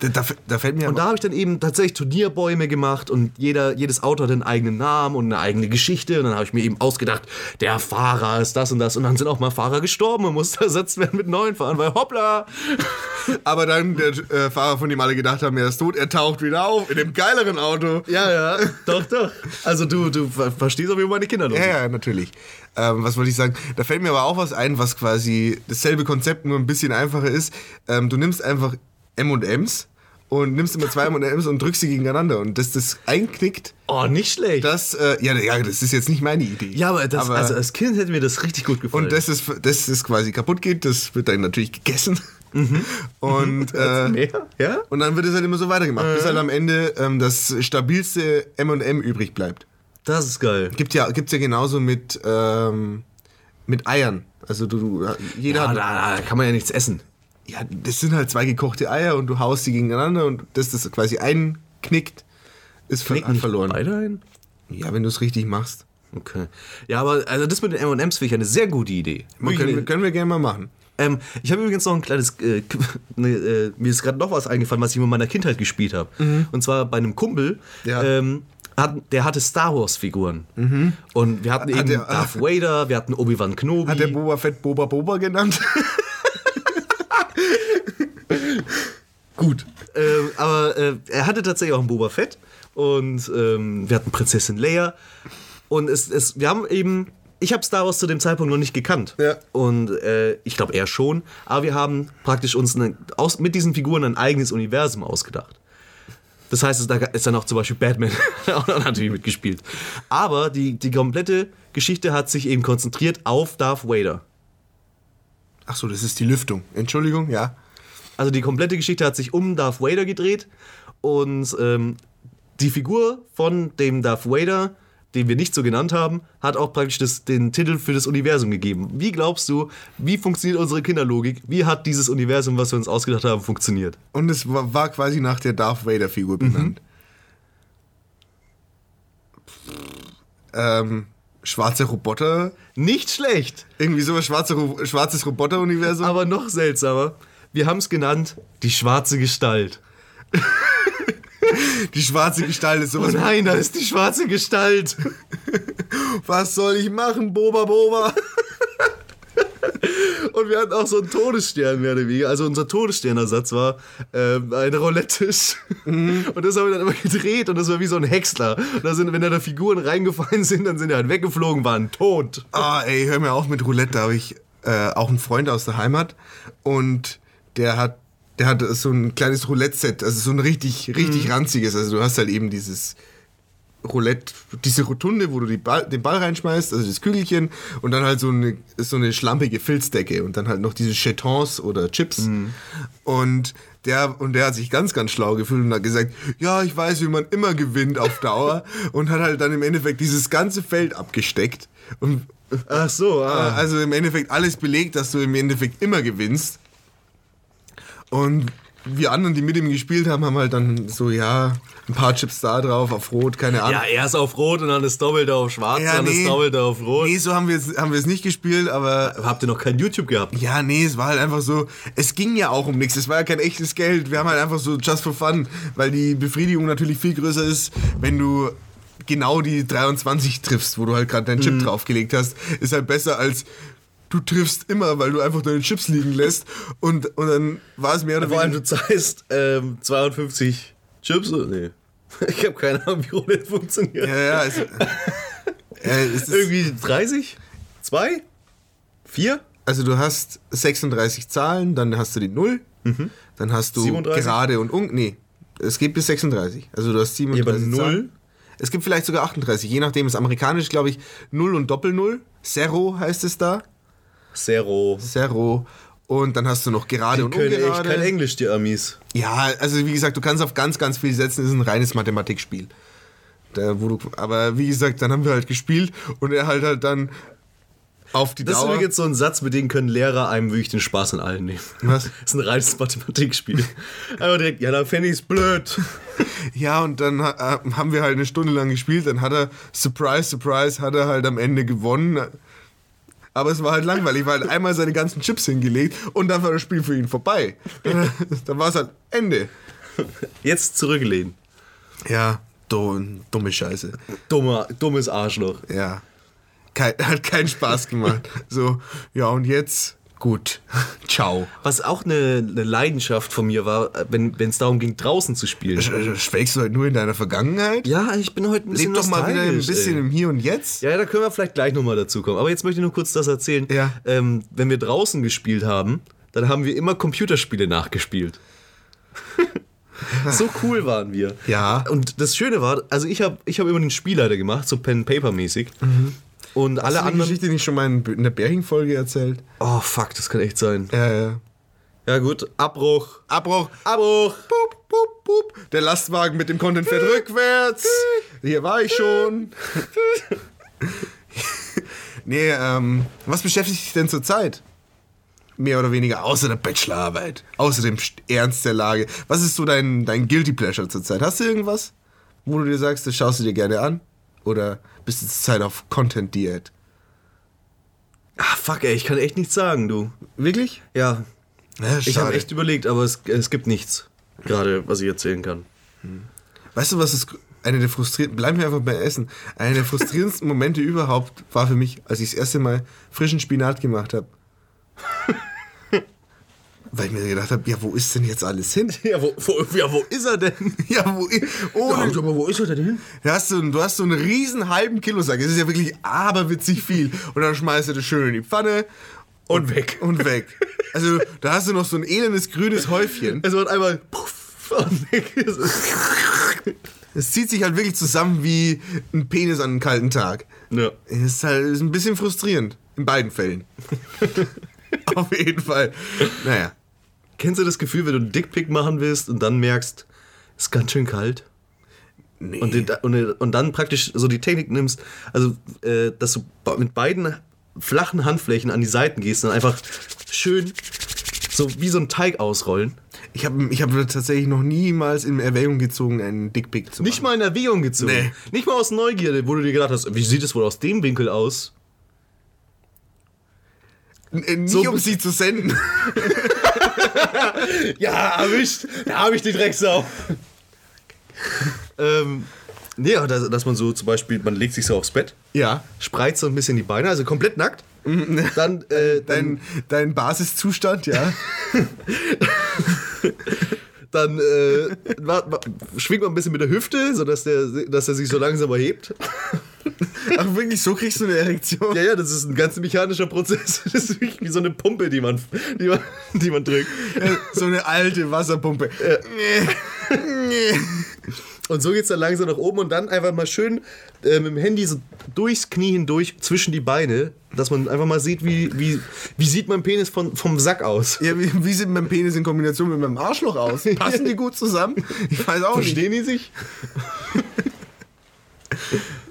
Speaker 2: Da, da, da fällt mir
Speaker 1: Und da habe ich dann eben tatsächlich Turnierbäume gemacht und jeder, jedes Auto hat einen eigenen Namen und eine eigene Geschichte. Und dann habe ich mir eben ausgedacht, der Fahrer ist das und das. Und dann sind auch mal Fahrer gestorben und musste ersetzt werden mit neuen Fahrern, weil hoppla!
Speaker 2: aber dann der äh, Fahrer, von dem alle gedacht haben, er ist tot, er taucht wieder auf in dem geileren Auto.
Speaker 1: Ja, ja, doch, doch. Also du, du ver- verstehst auch, wie meine Kinder
Speaker 2: Ja,
Speaker 1: losgehen.
Speaker 2: ja, natürlich. Ähm, was wollte ich sagen? Da fällt mir aber auch was ein, was quasi dasselbe Konzept nur ein bisschen einfacher ist. Ähm, du nimmst einfach M&Ms und nimmst immer zwei M&Ms und drückst sie gegeneinander und dass das einknickt,
Speaker 1: Oh, nicht schlecht.
Speaker 2: das äh, ja, ja, das ist jetzt nicht meine Idee.
Speaker 1: ja, aber, das, also als Kind hätte mir das richtig gut gefallen.
Speaker 2: und das ist, das ist quasi kaputt geht, das wird dann natürlich gegessen. Und
Speaker 1: mehr?
Speaker 2: äh,
Speaker 1: Mhm. Ja? Äh.
Speaker 2: und dann wird es halt immer so weitergemacht, bis halt am Ende ähm, das stabilste M&M übrig bleibt.
Speaker 1: Das ist geil.
Speaker 2: Gibt ja, gibt's ja genauso mit, ähm, mit Eiern. Also du, du jeder
Speaker 1: Ja,
Speaker 2: hat,
Speaker 1: Ah, da, da kann man ja nichts essen.
Speaker 2: ja, das sind halt zwei gekochte Eier und du haust die gegeneinander und das, das quasi einknickt, ist ver hat
Speaker 1: nicht
Speaker 2: verloren.
Speaker 1: Beide ein?
Speaker 2: Ja, wenn du es richtig machst.
Speaker 1: Okay. Ja, aber also das mit den MMs finde ich eine sehr gute Idee.
Speaker 2: Man
Speaker 1: Wirklich
Speaker 2: können,
Speaker 1: eine-
Speaker 2: wir- können wir gerne mal machen.
Speaker 1: ähm, ich habe übrigens noch ein kleines. Äh, Qu- ne, äh, mir ist gerade noch was eingefallen, was ich in meiner Kindheit gespielt habe. Und zwar bei einem Kumpel.
Speaker 2: Mhm. Ja. Mhm.
Speaker 1: Ähm, hat, der hatte Star Wars-Figuren. Und wir hatten eben
Speaker 2: der-
Speaker 1: Darth Vader, wir hatten Obi-Wan Kenobi.
Speaker 2: Hat der Boba Fett Boba Boba genannt? Gut.
Speaker 1: Ähm, aber äh, er hatte tatsächlich auch einen Boba Fett und ähm, wir hatten Prinzessin Leia und es, es, wir haben eben, ich habe Star Wars zu dem Zeitpunkt noch nicht gekannt.
Speaker 2: Ja.
Speaker 1: Und äh, ich glaube, er schon. Aber wir haben praktisch uns eine, aus, mit diesen Figuren ein eigenes Universum ausgedacht. Das heißt, es da ist dann auch zum Beispiel Batman auch noch natürlich mitgespielt. Aber die, die komplette Geschichte hat sich eben konzentriert auf Darth Vader.
Speaker 2: Ach so, das ist die Lüftung. Entschuldigung, ja.
Speaker 1: Also die komplette Geschichte hat sich um Darth Vader gedreht und ähm, die Figur von dem Darth Vader, den wir nicht so genannt haben, hat auch praktisch das, den Titel für das Universum gegeben. Wie glaubst du, wie funktioniert unsere Kinderlogik? Wie hat dieses Universum, was wir uns ausgedacht haben, funktioniert?
Speaker 2: Und es wa- war quasi nach der Darth Vader-Figur benannt. Ähm, schwarze Roboter.
Speaker 1: Nicht schlecht,
Speaker 2: Irgendwie sowas schwarze, Ro- schwarzes Roboter-Universum.
Speaker 1: aber noch seltsamer. Wir haben es genannt, die schwarze Gestalt.
Speaker 2: Die schwarze Gestalt ist
Speaker 1: Oh
Speaker 2: sowas.
Speaker 1: nein, da ist die schwarze Gestalt.
Speaker 2: Was soll ich machen, Boba Boba?
Speaker 1: Und wir hatten auch so einen Todesstern, mehr oder weniger. Also unser Todessternersatz war ähm, ein Roulette-Tisch. Und das haben wir dann immer gedreht und das war wie so ein Häcksler. Und da sind, wenn da, da Figuren reingefallen sind, dann sind die halt weggeflogen, waren tot.
Speaker 2: Ah, ey, hör mir auf mit Roulette. Da habe ich äh, auch einen Freund aus der Heimat und der hat, der hat so ein kleines Roulette-Set, also so ein richtig, richtig ranziges. Also du hast halt eben dieses Roulette, diese Rotunde, wo du die Ball, den Ball reinschmeißt, also das Kügelchen und dann halt so eine, so eine schlampige Filzdecke und dann halt noch diese Chetons oder Chips. Und der, und der hat sich ganz, ganz schlau gefühlt und hat gesagt, ja, ich weiß, wie man immer gewinnt auf Dauer und hat halt dann im Endeffekt dieses ganze Feld abgesteckt und
Speaker 1: Ach so,
Speaker 2: Ah,
Speaker 1: ah.
Speaker 2: Also im Endeffekt alles belegt, dass du im Endeffekt immer gewinnst. Und wir anderen, die mit ihm gespielt haben, haben halt dann so, ja, ein paar Chips da drauf, auf Rot, keine Ahnung.
Speaker 1: Ja, erst auf Rot und dann ist Doppelte auf Schwarz,
Speaker 2: Ja,
Speaker 1: dann
Speaker 2: nee.
Speaker 1: ist Doppelte auf Rot.
Speaker 2: Nee, so haben wir es haben wir es nicht gespielt, aber
Speaker 1: Habt ihr noch kein YouTube gehabt?
Speaker 2: ja, nee, es war halt einfach so, es ging ja auch um nichts, es war ja kein echtes Geld, wir haben halt einfach so just for fun, weil die Befriedigung natürlich viel größer ist, wenn du genau die 23 triffst, wo du halt gerade deinen
Speaker 1: Mhm.
Speaker 2: Chip draufgelegt hast, ist halt besser als du triffst immer, weil du einfach deine Chips liegen lässt und, und dann war es mehr oder
Speaker 1: Vor allem,
Speaker 2: weniger...
Speaker 1: du zahlst ähm, 52 Chips? Nee. Ich habe keine Ahnung, wie Roulette funktioniert.
Speaker 2: Ja, ja, es, äh, es ist,
Speaker 1: Irgendwie 30? 2? 4?
Speaker 2: also du hast 36 Zahlen, dann hast du die 0,
Speaker 1: Mhm.
Speaker 2: dann hast du
Speaker 1: 37?
Speaker 2: gerade und un... Nee, es geht bis 36. Also du hast 37
Speaker 1: Ja, aber
Speaker 2: Zahlen.
Speaker 1: null?
Speaker 2: Es gibt vielleicht sogar 38, je nachdem. Ist amerikanisch, glaube ich, 0 und Doppel-0. Zero heißt es da.
Speaker 1: Zero.
Speaker 2: Zero. Und dann hast du noch gerade und
Speaker 1: Können echt
Speaker 2: ungerade.
Speaker 1: kein Englisch, die Amis.
Speaker 2: ja, also wie gesagt, du kannst auf ganz, ganz viel setzen. Das ist ein reines Mathematikspiel. Da, wo du, aber wie gesagt, dann haben wir halt gespielt und er halt halt dann auf die
Speaker 1: Das ist
Speaker 2: Dauer...
Speaker 1: übrigens so ein Satz, mit dem können Lehrer einem wirklich den Spaß an allen nehmen.
Speaker 2: Was?
Speaker 1: Das ist ein reines Mathematikspiel. Aber direkt, ja, dann fände ich's blöd.
Speaker 2: Ja, und dann ha- äh, haben wir halt eine Stunde lang gespielt. Dann hat er, surprise, surprise, hat er halt am Ende gewonnen. Aber es war halt langweilig, weil er hat einmal seine ganzen Chips hingelegt und dann war das Spiel für ihn vorbei. Dann, dann war es halt Ende.
Speaker 1: Jetzt zurücklehnen.
Speaker 2: Ja, do, dumme Scheiße.
Speaker 1: Dummer, dummes Arschloch.
Speaker 2: Ja. Kein, hat keinen Spaß gemacht. So, ja, und jetzt? Gut. Ciao.
Speaker 1: Was auch eine, eine Leidenschaft von mir war, äh, wenn es darum ging, draußen zu spielen.
Speaker 2: Sch- Schwelgst du halt nur in deiner Vergangenheit?
Speaker 1: Ja, ich bin heute ein bisschen
Speaker 2: Leb doch mal wieder ein
Speaker 1: nostalgisch,
Speaker 2: bisschen
Speaker 1: ey.
Speaker 2: im Hier und Jetzt.
Speaker 1: Ja, da können wir vielleicht gleich nochmal dazu kommen. Aber jetzt möchte ich nur kurz das erzählen.
Speaker 2: Ja.
Speaker 1: Ähm, wenn wir draußen gespielt haben, dann haben wir immer Computerspiele nachgespielt. so cool waren wir.
Speaker 2: Ja.
Speaker 1: Und das Schöne war, also ich habe ich hab immer den Spielleiter gemacht, so Pen-Paper-mäßig. Und alle
Speaker 2: Mhm. Hast du die
Speaker 1: anderen.
Speaker 2: Geschichte nicht schon mal in in der Bering-Folge erzählt?
Speaker 1: Oh, fuck, das kann echt sein.
Speaker 2: Ja, ja.
Speaker 1: Ja, gut, Abbruch.
Speaker 2: Abbruch.
Speaker 1: Abbruch!
Speaker 2: Pup, pup, pup. Der Lastwagen mit dem Content fährt rückwärts. Hier war ich schon. nee, ähm, was beschäftigt dich denn zurzeit? Mehr oder weniger, außer der Bachelorarbeit. Außer dem St- Ernst der Lage. Was ist so dein, dein Guilty Pleasure zurzeit? Hast du irgendwas, wo du dir sagst, das schaust du dir gerne an? Oder bist du zurzeit auf Content-Diät?
Speaker 1: Ah, fuck, ey, ich kann echt nichts sagen, du.
Speaker 2: Wirklich?
Speaker 1: Ja,
Speaker 2: Ja,
Speaker 1: ich habe
Speaker 2: schade.
Speaker 1: echt überlegt, aber es, es gibt nichts, gerade was ich erzählen kann.
Speaker 2: Weißt du, was ist eine der frustrierenden, bleiben wir einfach bei Essen. Einer der frustrierendsten Momente überhaupt war für mich, als ich das erste Mal frischen Spinat gemacht habe. weil ich mir gedacht habe, ja, wo ist denn jetzt alles hin?
Speaker 1: Ja, wo, wo, ja, wo ist er denn?
Speaker 2: Ja, wo, ohne,
Speaker 1: aber wo ist er denn hin?
Speaker 2: Du hast so, einen- du hast so einen riesen halben Kilosack. Es ist ja wirklich aberwitzig viel. Und dann schmeißt du das schön in die Pfanne
Speaker 1: Und weg.
Speaker 2: und weg. Also da hast du noch so ein elendes grünes Häufchen.
Speaker 1: Es wird einmal puff und weg ist es.
Speaker 2: Es zieht sich halt wirklich zusammen wie ein Penis an einem kalten Tag.
Speaker 1: Ja.
Speaker 2: Es ist halt ist ein bisschen frustrierend. In beiden Fällen. Auf jeden Fall. Naja.
Speaker 1: Kennst du das Gefühl, wenn du einen Dickpick machen willst und dann merkst, ist ganz schön kalt?
Speaker 2: Nee.
Speaker 1: Und, den, und, den- und dann praktisch so die Technik nimmst, also äh, dass du ba- mit beiden flachen Handflächen an die Seiten gehst und dann einfach schön so wie so ein Teig ausrollen.
Speaker 2: ich habe ich hab tatsächlich noch niemals in Erwägung gezogen, einen Dickpick zu machen.
Speaker 1: Nicht mal in Erwägung gezogen.
Speaker 2: Nee.
Speaker 1: Nicht mal aus Neugierde, wo du dir gedacht hast, wie sieht es wohl aus dem Winkel aus?
Speaker 2: N- Nicht
Speaker 1: So-
Speaker 2: um sie zu senden.
Speaker 1: Ja, erwischt. Da habe ich die Drecksau. ähm, nee, aber dass, dass man so zum Beispiel, man legt sich so aufs Bett,
Speaker 2: ja.
Speaker 1: spreizt so ein bisschen die Beine, also komplett nackt. Dann, äh, dann,
Speaker 2: Dein, dein Basiszustand, ja.
Speaker 1: dann äh, ma- ma- schwingt man ein bisschen mit der Hüfte, sodass der, dass er sich so langsam erhebt.
Speaker 2: Ach wirklich, so kriegst du eine Erektion.
Speaker 1: Ja, ja, das ist ein ganz mechanischer Prozess. Das ist wirklich wie so eine Pumpe, die man, die man, die man drückt.
Speaker 2: So eine alte Wasserpumpe.
Speaker 1: Und so geht's dann langsam nach oben und dann einfach mal schön äh, mit dem Handy so durchs Knie hindurch zwischen die Beine, dass man einfach mal sieht, wie, wie, wie sieht mein Penis von, vom Sack aus.
Speaker 2: Ja, wie, wie sieht mein Penis in Kombination mit meinem Arschloch aus? Passen die gut zusammen? Ich weiß auch
Speaker 1: Verstehen die sich?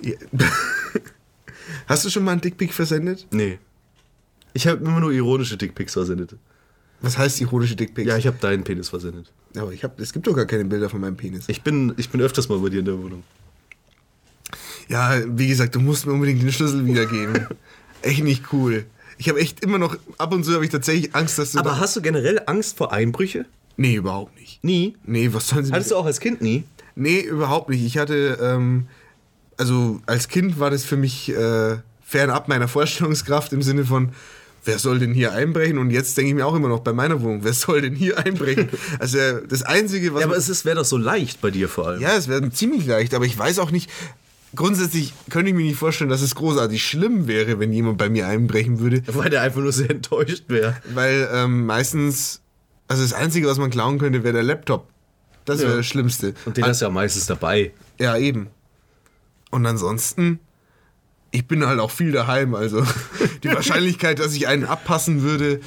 Speaker 2: nicht. Ja. Hast du schon mal einen Dickpick versendet?
Speaker 1: Nee. Ich habe immer nur ironische Dickpics versendet.
Speaker 2: Was heißt ironische Dickpicks?
Speaker 1: Ja, ich habe deinen Penis versendet.
Speaker 2: aber ich hab, es gibt doch gar keine Bilder von meinem Penis.
Speaker 1: Ich bin, ich bin öfters mal bei dir in der Wohnung.
Speaker 2: Ja, wie gesagt, du musst mir unbedingt den Schlüssel wiedergeben. echt nicht cool. Ich habe echt immer noch, ab und zu habe ich tatsächlich Angst, dass du...
Speaker 1: Aber hast du generell Angst vor Einbrüche?
Speaker 2: nee, überhaupt nicht.
Speaker 1: Nie.
Speaker 2: Nee, was sollen sie mir-
Speaker 1: Hattest du auch als Kind nie?
Speaker 2: Nee, überhaupt nicht. Ich hatte, ähm, also als Kind war das für mich äh, fernab meiner Vorstellungskraft im Sinne von, wer soll denn hier einbrechen? Und jetzt denke ich mir auch immer noch bei meiner Wohnung, wer soll denn hier einbrechen? Also äh, das Einzige, was.
Speaker 1: Ja, aber es wäre doch so leicht bei dir vor allem.
Speaker 2: ja, es wäre ziemlich leicht, aber ich weiß auch nicht. Grundsätzlich könnte ich mir nicht vorstellen, dass es großartig schlimm wäre, wenn jemand bei mir einbrechen würde.
Speaker 1: Weil der einfach nur sehr enttäuscht wäre.
Speaker 2: Weil ähm, meistens, also das Einzige, was man klauen könnte, wäre der Laptop. Das wäre
Speaker 1: Ja.
Speaker 2: das Schlimmste.
Speaker 1: Und den hast du ja meistens dabei.
Speaker 2: Ja, eben. Und ansonsten, ich bin halt auch viel daheim. Also die Wahrscheinlichkeit, dass ich einen abpassen würde,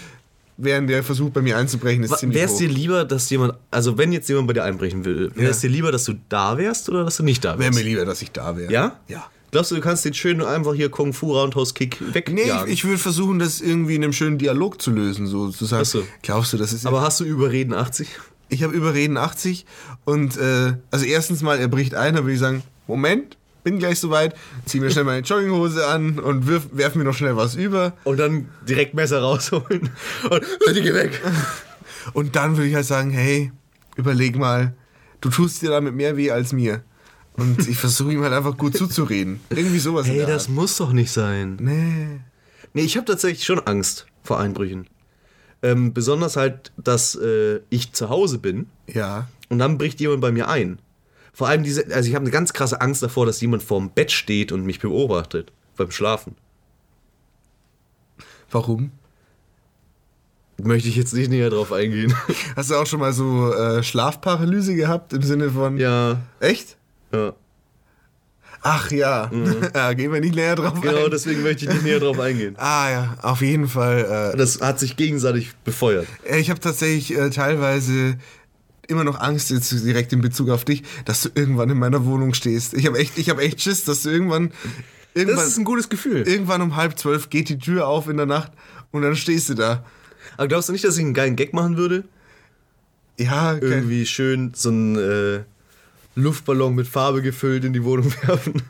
Speaker 2: während der Versuch bei mir einzubrechen, ist ziemlich
Speaker 1: Wäre es
Speaker 2: hoch.
Speaker 1: dir lieber, dass jemand, also wenn jetzt jemand bei dir einbrechen will, wäre es
Speaker 2: Ja.
Speaker 1: dir lieber, dass du da wärst oder dass du nicht da
Speaker 2: Wäre
Speaker 1: wärst?
Speaker 2: mir lieber, dass ich da wäre.
Speaker 1: Ja?
Speaker 2: Ja.
Speaker 1: Glaubst du, du kannst den schön einfach hier Kung Fu Roundhouse Kick
Speaker 2: Nee, ich-
Speaker 1: wegjagen?
Speaker 2: ich würde versuchen, das irgendwie in einem schönen Dialog zu lösen, so zu sagen.
Speaker 1: Ach so.
Speaker 2: Glaubst du, das ist.
Speaker 1: Aber hast du überreden 80?
Speaker 2: ich habe Überreden 80 und äh, also erstens mal, er bricht ein, dann würde ich sagen, Moment, bin gleich soweit, zieh mir schnell meine Jogginghose an und wirf, werf mir noch schnell was über.
Speaker 1: Und dann direkt Messer rausholen und die geh weg.
Speaker 2: Und dann würde ich halt sagen, hey, überleg mal, du tust dir damit mehr weh als mir. Und ich versuche ihm halt einfach gut zuzureden. Irgendwie sowas. in
Speaker 1: Hey,
Speaker 2: der
Speaker 1: das
Speaker 2: Art.
Speaker 1: muss doch nicht sein.
Speaker 2: Nee.
Speaker 1: Nee, ich habe tatsächlich schon Angst vor Einbrüchen. Ähm, besonders halt, dass äh, ich zu Hause bin
Speaker 2: Ja.
Speaker 1: und dann bricht jemand bei mir ein. Vor allem diese, also ich habe eine ganz krasse Angst davor, dass jemand vorm Bett steht und mich beobachtet beim Schlafen.
Speaker 2: Warum?
Speaker 1: Möchte ich jetzt nicht näher drauf eingehen.
Speaker 2: Hast du auch schon mal so äh, Schlafparalyse gehabt im Sinne von.
Speaker 1: ja,
Speaker 2: Echt?
Speaker 1: ja.
Speaker 2: Ach ja. ja. Gehen wir nicht näher drauf
Speaker 1: Mhm. Genau,
Speaker 2: ein.
Speaker 1: deswegen möchte ich nicht näher drauf eingehen.
Speaker 2: Ah ja, auf jeden Fall.
Speaker 1: Das hat sich gegenseitig befeuert.
Speaker 2: Äh, ich habe tatsächlich äh, teilweise immer noch Angst jetzt direkt in Bezug auf dich, dass du irgendwann in meiner Wohnung stehst. Ich habe echt, ich habe echt Schiss, dass du irgendwann, irgendwann
Speaker 1: ein gutes Gefühl.
Speaker 2: irgendwann um halb zwölf geht die Tür auf in der Nacht und dann stehst du da.
Speaker 1: Aber glaubst du nicht, dass ich einen geilen Gag machen würde?
Speaker 2: Ja, okay.
Speaker 1: Irgendwie schön so einen äh, Luftballon mit Farbe gefüllt in die Wohnung werfen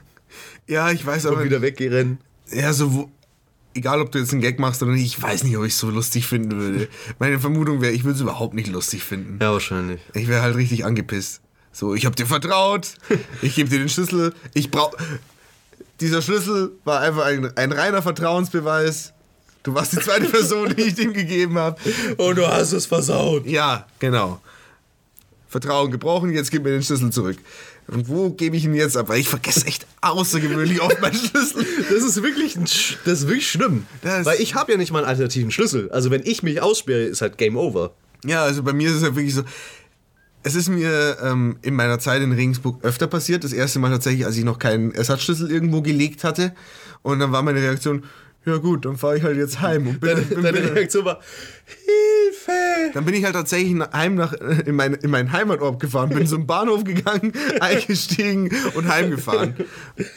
Speaker 2: ja, ich weiß
Speaker 1: und
Speaker 2: aber.
Speaker 1: wieder wegrennen.
Speaker 2: Ja, so wo, egal, ob du jetzt einen Gag machst oder nicht, ich weiß nicht, ob ich es so lustig finden würde. Meine Vermutung wäre, ich würde es überhaupt nicht lustig finden.
Speaker 1: Ja, wahrscheinlich.
Speaker 2: Ich wäre halt richtig angepisst. So, ich hab dir vertraut, ich gebe dir den Schlüssel, ich brauch. Dieser Schlüssel war einfach ein, ein reiner Vertrauensbeweis. Du warst die zweite Person, die ich dem gegeben habe.
Speaker 1: Und Oh, du hast es versaut.
Speaker 2: Ja, genau. Vertrauen gebrochen, jetzt gib mir den Schlüssel zurück. Und wo gebe ich ihn jetzt ab? Weil ich vergesse echt außergewöhnlich oft meinen Schlüssel.
Speaker 1: Das ist wirklich, ein Sch das ist wirklich schlimm.
Speaker 2: Das-
Speaker 1: Weil ich habe ja nicht mal einen alternativen Schlüssel. Also wenn ich mich aussperre, ist halt Game Over.
Speaker 2: Ja, also bei mir ist es halt wirklich so. Es ist mir ähm, in meiner Zeit in Regensburg öfter passiert. Das erste Mal tatsächlich, als ich noch keinen Ersatzschlüssel irgendwo gelegt hatte. Und dann war meine Reaktion, ja gut, dann fahre ich halt jetzt heim. Und bin,
Speaker 1: Deine,
Speaker 2: bin,
Speaker 1: deine
Speaker 2: bin,
Speaker 1: Reaktion war, Hilfe!
Speaker 2: dann bin ich halt tatsächlich nach- heim nach, in, mein, in meinen Heimatort gefahren, bin zum Bahnhof gegangen, eingestiegen und heimgefahren.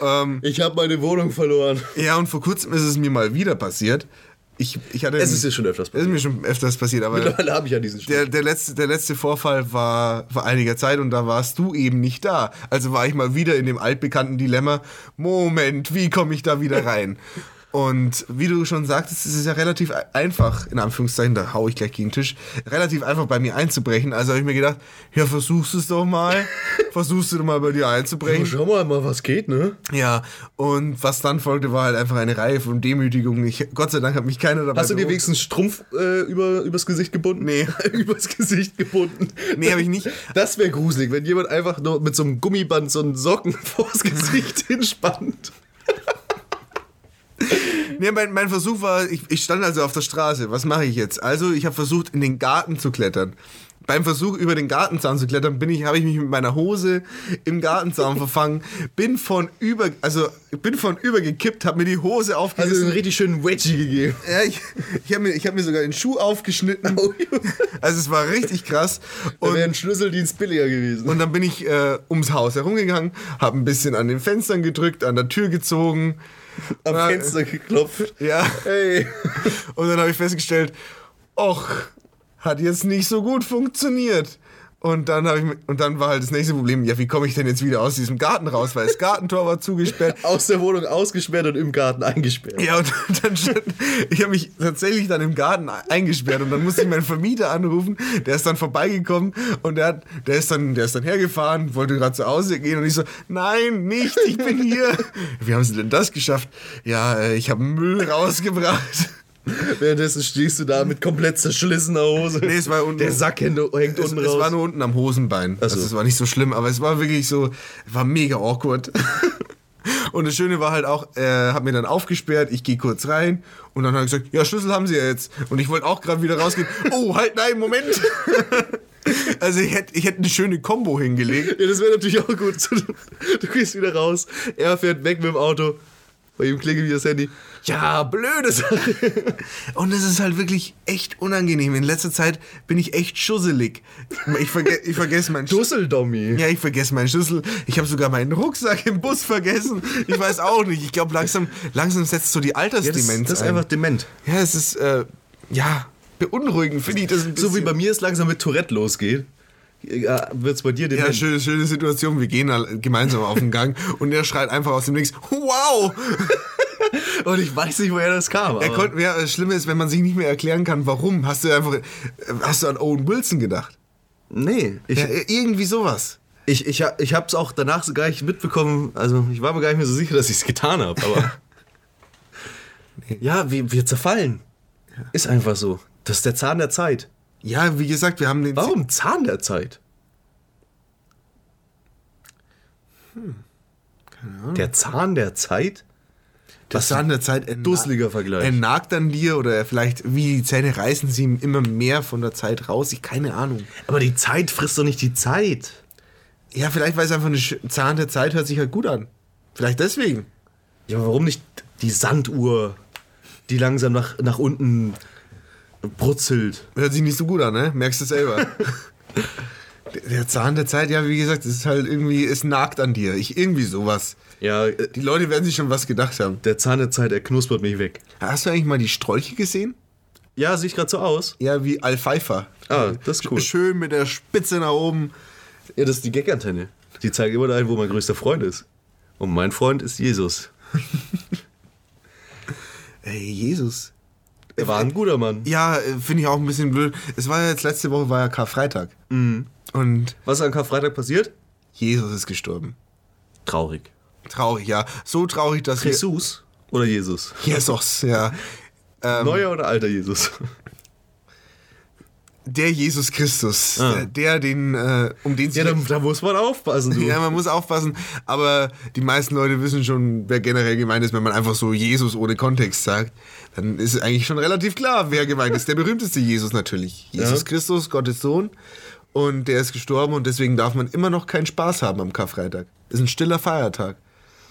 Speaker 2: Ähm,
Speaker 1: Ich habe meine Wohnung verloren.
Speaker 2: ja, und vor kurzem ist es mir mal wieder passiert. Ich, ich hatte
Speaker 1: Es ist ja schon öfters
Speaker 2: es ist mir schon öfters passiert, aber
Speaker 1: Mittlerweile habe ich ja diesen
Speaker 2: Der,
Speaker 1: Schlüssel.
Speaker 2: der, letzte, der letzte Vorfall war vor einiger Zeit und da warst du eben nicht da. Also war ich mal wieder in dem altbekannten Dilemma, Moment, wie komme ich da wieder rein? Und wie du schon sagtest, es ist ja relativ ei- einfach, in Anführungszeichen, da hau ich gleich gegen den Tisch, relativ einfach bei mir einzubrechen. Also habe ich mir gedacht, ja, versuchst es doch mal. versuchst du doch mal bei dir einzubrechen.
Speaker 1: Schau mal, mal, was geht, ne?
Speaker 2: Ja, und was dann folgte, war halt einfach eine Reihe von Demütigungen. Ich, Gott sei Dank hat mich keiner dabei
Speaker 1: Hast du dir
Speaker 2: beobachtet.
Speaker 1: wenigstens Strumpf äh, über, übers Gesicht gebunden?
Speaker 2: Nee.
Speaker 1: übers Gesicht gebunden.
Speaker 2: Nee, hab ich nicht.
Speaker 1: Das wäre gruselig, wenn jemand einfach nur mit so einem Gummiband so einen Socken vors Gesicht hinspannt.
Speaker 2: Nee, mein, mein Versuch war, ich, ich stand also auf der Straße. Was mache ich jetzt? Also, ich habe versucht, in den Garten zu klettern. Beim Versuch, über den Gartenzaun zu klettern, bin ich, habe ich mich mit meiner Hose im Gartenzaun verfangen, bin von über, also bin von übergekippt, habe mir die Hose
Speaker 1: Also einen
Speaker 2: aufgerissen.
Speaker 1: richtig schönen Wedgie gegeben.
Speaker 2: ja, ich ich habe mir, ich hab mir sogar den Schuh aufgeschnitten.
Speaker 1: Oh, Junge.
Speaker 2: Also es war richtig krass.
Speaker 1: Dann
Speaker 2: Und
Speaker 1: wäre ein Schlüsseldienst billiger gewesen.
Speaker 2: und dann bin ich äh, ums Haus herumgegangen, habe ein bisschen an den Fenstern gedrückt, an der Tür gezogen.
Speaker 1: am
Speaker 2: äh,
Speaker 1: Fenster geklopft.
Speaker 2: Ja.
Speaker 1: Hey.
Speaker 2: Und dann habe ich festgestellt, och, hat jetzt nicht so gut funktioniert. Und dann, hab ich, mi- und dann war halt das nächste Problem, ja, wie komme ich denn jetzt wieder aus diesem Garten raus, weil das Gartentor war zugesperrt.
Speaker 1: Aus der Wohnung ausgesperrt und im Garten eingesperrt.
Speaker 2: Ja, und dann stand, ich habe mich tatsächlich dann im Garten eingesperrt und dann musste ich meinen Vermieter anrufen, der ist dann vorbeigekommen und der, hat, der, ist, dann, der ist dann hergefahren, wollte gerade zu Hause gehen und ich so, nein, nicht, ich bin hier. Wie haben sie denn das geschafft? Ja, äh, ich habe Müll rausgebracht.
Speaker 1: Währenddessen stehst du da mit komplett zerschlissener Hose.
Speaker 2: Nee, es war unten-
Speaker 1: Der Sack hängt, hängt
Speaker 2: Es,
Speaker 1: unten
Speaker 2: es
Speaker 1: raus.
Speaker 2: war nur unten am Hosenbein.
Speaker 1: so.
Speaker 2: Also es war nicht so schlimm, aber es war wirklich so, war mega awkward. Und das Schöne war halt auch, äh, hat mir dann aufgesperrt, ich gehe kurz rein und dann hat er gesagt, ja, Schlüssel haben sie ja jetzt. Und ich wollte auch gerade wieder rausgehen. Oh, halt, nein, Moment. Also ich hätte ich hätt eine schöne Combo hingelegt.
Speaker 1: Ja, das wäre natürlich auch gut. Du gehst wieder raus, er fährt weg mit dem Auto. Bei ihm klingelt wieder das Handy. Ja, blöde Sache.
Speaker 2: Und es ist halt wirklich echt unangenehm. In letzter Zeit bin ich echt schusselig. Ich, verge ich vergesse meinen
Speaker 1: Dusseldummy.
Speaker 2: Ja, ich vergesse meinen Schlüssel. Ich habe sogar meinen Rucksack im Bus vergessen. Ich weiß auch nicht. Ich glaube, langsam, langsam setzt so die Altersdemenz ein.
Speaker 1: dement.
Speaker 2: ja, es ist, äh, ja, beunruhigend, finde ich das ein bisschen.
Speaker 1: So wie bei mir es langsam mit Tourette losgeht, wird es bei dir dement.
Speaker 2: ja, schöne, schöne Situation. Wir gehen alle gemeinsam auf den Gang und er schreit einfach aus dem Nix, wow!
Speaker 1: Und ich weiß nicht, woher das kam.
Speaker 2: Er
Speaker 1: aber-
Speaker 2: konnte, ja, das Schlimme ist, wenn man sich nicht mehr erklären kann, warum. Hast du einfach, äh, hast du an Owen Wilson gedacht?
Speaker 1: nee, ich,
Speaker 2: Ja, äh, irgendwie sowas.
Speaker 1: ich, ich, ha- ich habe es auch danach so gar nicht mitbekommen. Also ich war mir gar nicht mehr so sicher, dass ich es getan habe. Aber ja, wir, wir zerfallen. Ist einfach so. Das ist der Zahn der Zeit.
Speaker 2: Ja, wie gesagt, wir haben den...
Speaker 1: Warum Zahn der Zeit? Der Zahn der Zeit?
Speaker 2: Das
Speaker 1: Was
Speaker 2: war an der Zeit ein
Speaker 1: dusseliger Vergleich.
Speaker 2: Er nagt an dir oder vielleicht, wie die Zähne reißen sie ihm immer mehr von der Zeit raus. Ich keine Ahnung.
Speaker 1: Aber die Zeit frisst doch nicht die Zeit.
Speaker 2: Ja, vielleicht weil es einfach eine Sch- Zahn der Zeit hört sich halt gut an. Vielleicht deswegen.
Speaker 1: Ja, aber warum nicht die Sanduhr, die langsam nach, nach unten brutzelt?
Speaker 2: Hört sich nicht so gut an, ne? Merkst du selber. Der- der Zahn der Zeit, ja, wie gesagt, es ist halt irgendwie, es nagt an dir. Ich irgendwie sowas.
Speaker 1: Ja, äh,
Speaker 2: Die Leute werden sich schon was gedacht haben.
Speaker 1: der Zahn der Zeit, er knuspert mich weg.
Speaker 2: Hast du eigentlich mal die Strolche gesehen?
Speaker 1: Ja, sieht gerade so aus.
Speaker 2: Ja, wie Al Pfeiffer.
Speaker 1: Ah, das ist cool.
Speaker 2: Schön mit der Spitze nach oben.
Speaker 1: Ja, das ist die Gagantenne. Die zeigt immer dahin, wo mein größter Freund ist. Und mein Freund ist Jesus.
Speaker 2: Ey, Jesus.
Speaker 1: Er war ein guter Mann.
Speaker 2: Ja, äh, finde ich auch ein bisschen blöd. Es war ja jetzt letzte Woche war ja Karfreitag.
Speaker 1: Mhm.
Speaker 2: Und
Speaker 1: Was ist an Karfreitag passiert?
Speaker 2: Jesus ist gestorben.
Speaker 1: Traurig.
Speaker 2: Traurig, ja. So traurig, dass wir.
Speaker 1: Jesus oder Jesus?
Speaker 2: Jesus, ja. Ähm,
Speaker 1: Neuer oder alter Jesus?
Speaker 2: der Jesus Christus,
Speaker 1: Ah.
Speaker 2: äh, der den, äh, um den es
Speaker 1: Ja, da, da muss man aufpassen. Du.
Speaker 2: Ja, man muss aufpassen, aber die meisten Leute wissen schon, wer generell gemeint ist, wenn man einfach so Jesus ohne Kontext sagt, dann ist eigentlich schon relativ klar, wer gemeint ist. Der berühmteste Jesus natürlich. Jesus
Speaker 1: Ja.
Speaker 2: Christus, Gottes Sohn. Und der ist gestorben und deswegen darf man immer noch keinen Spaß haben am Karfreitag. Ist ein stiller Feiertag.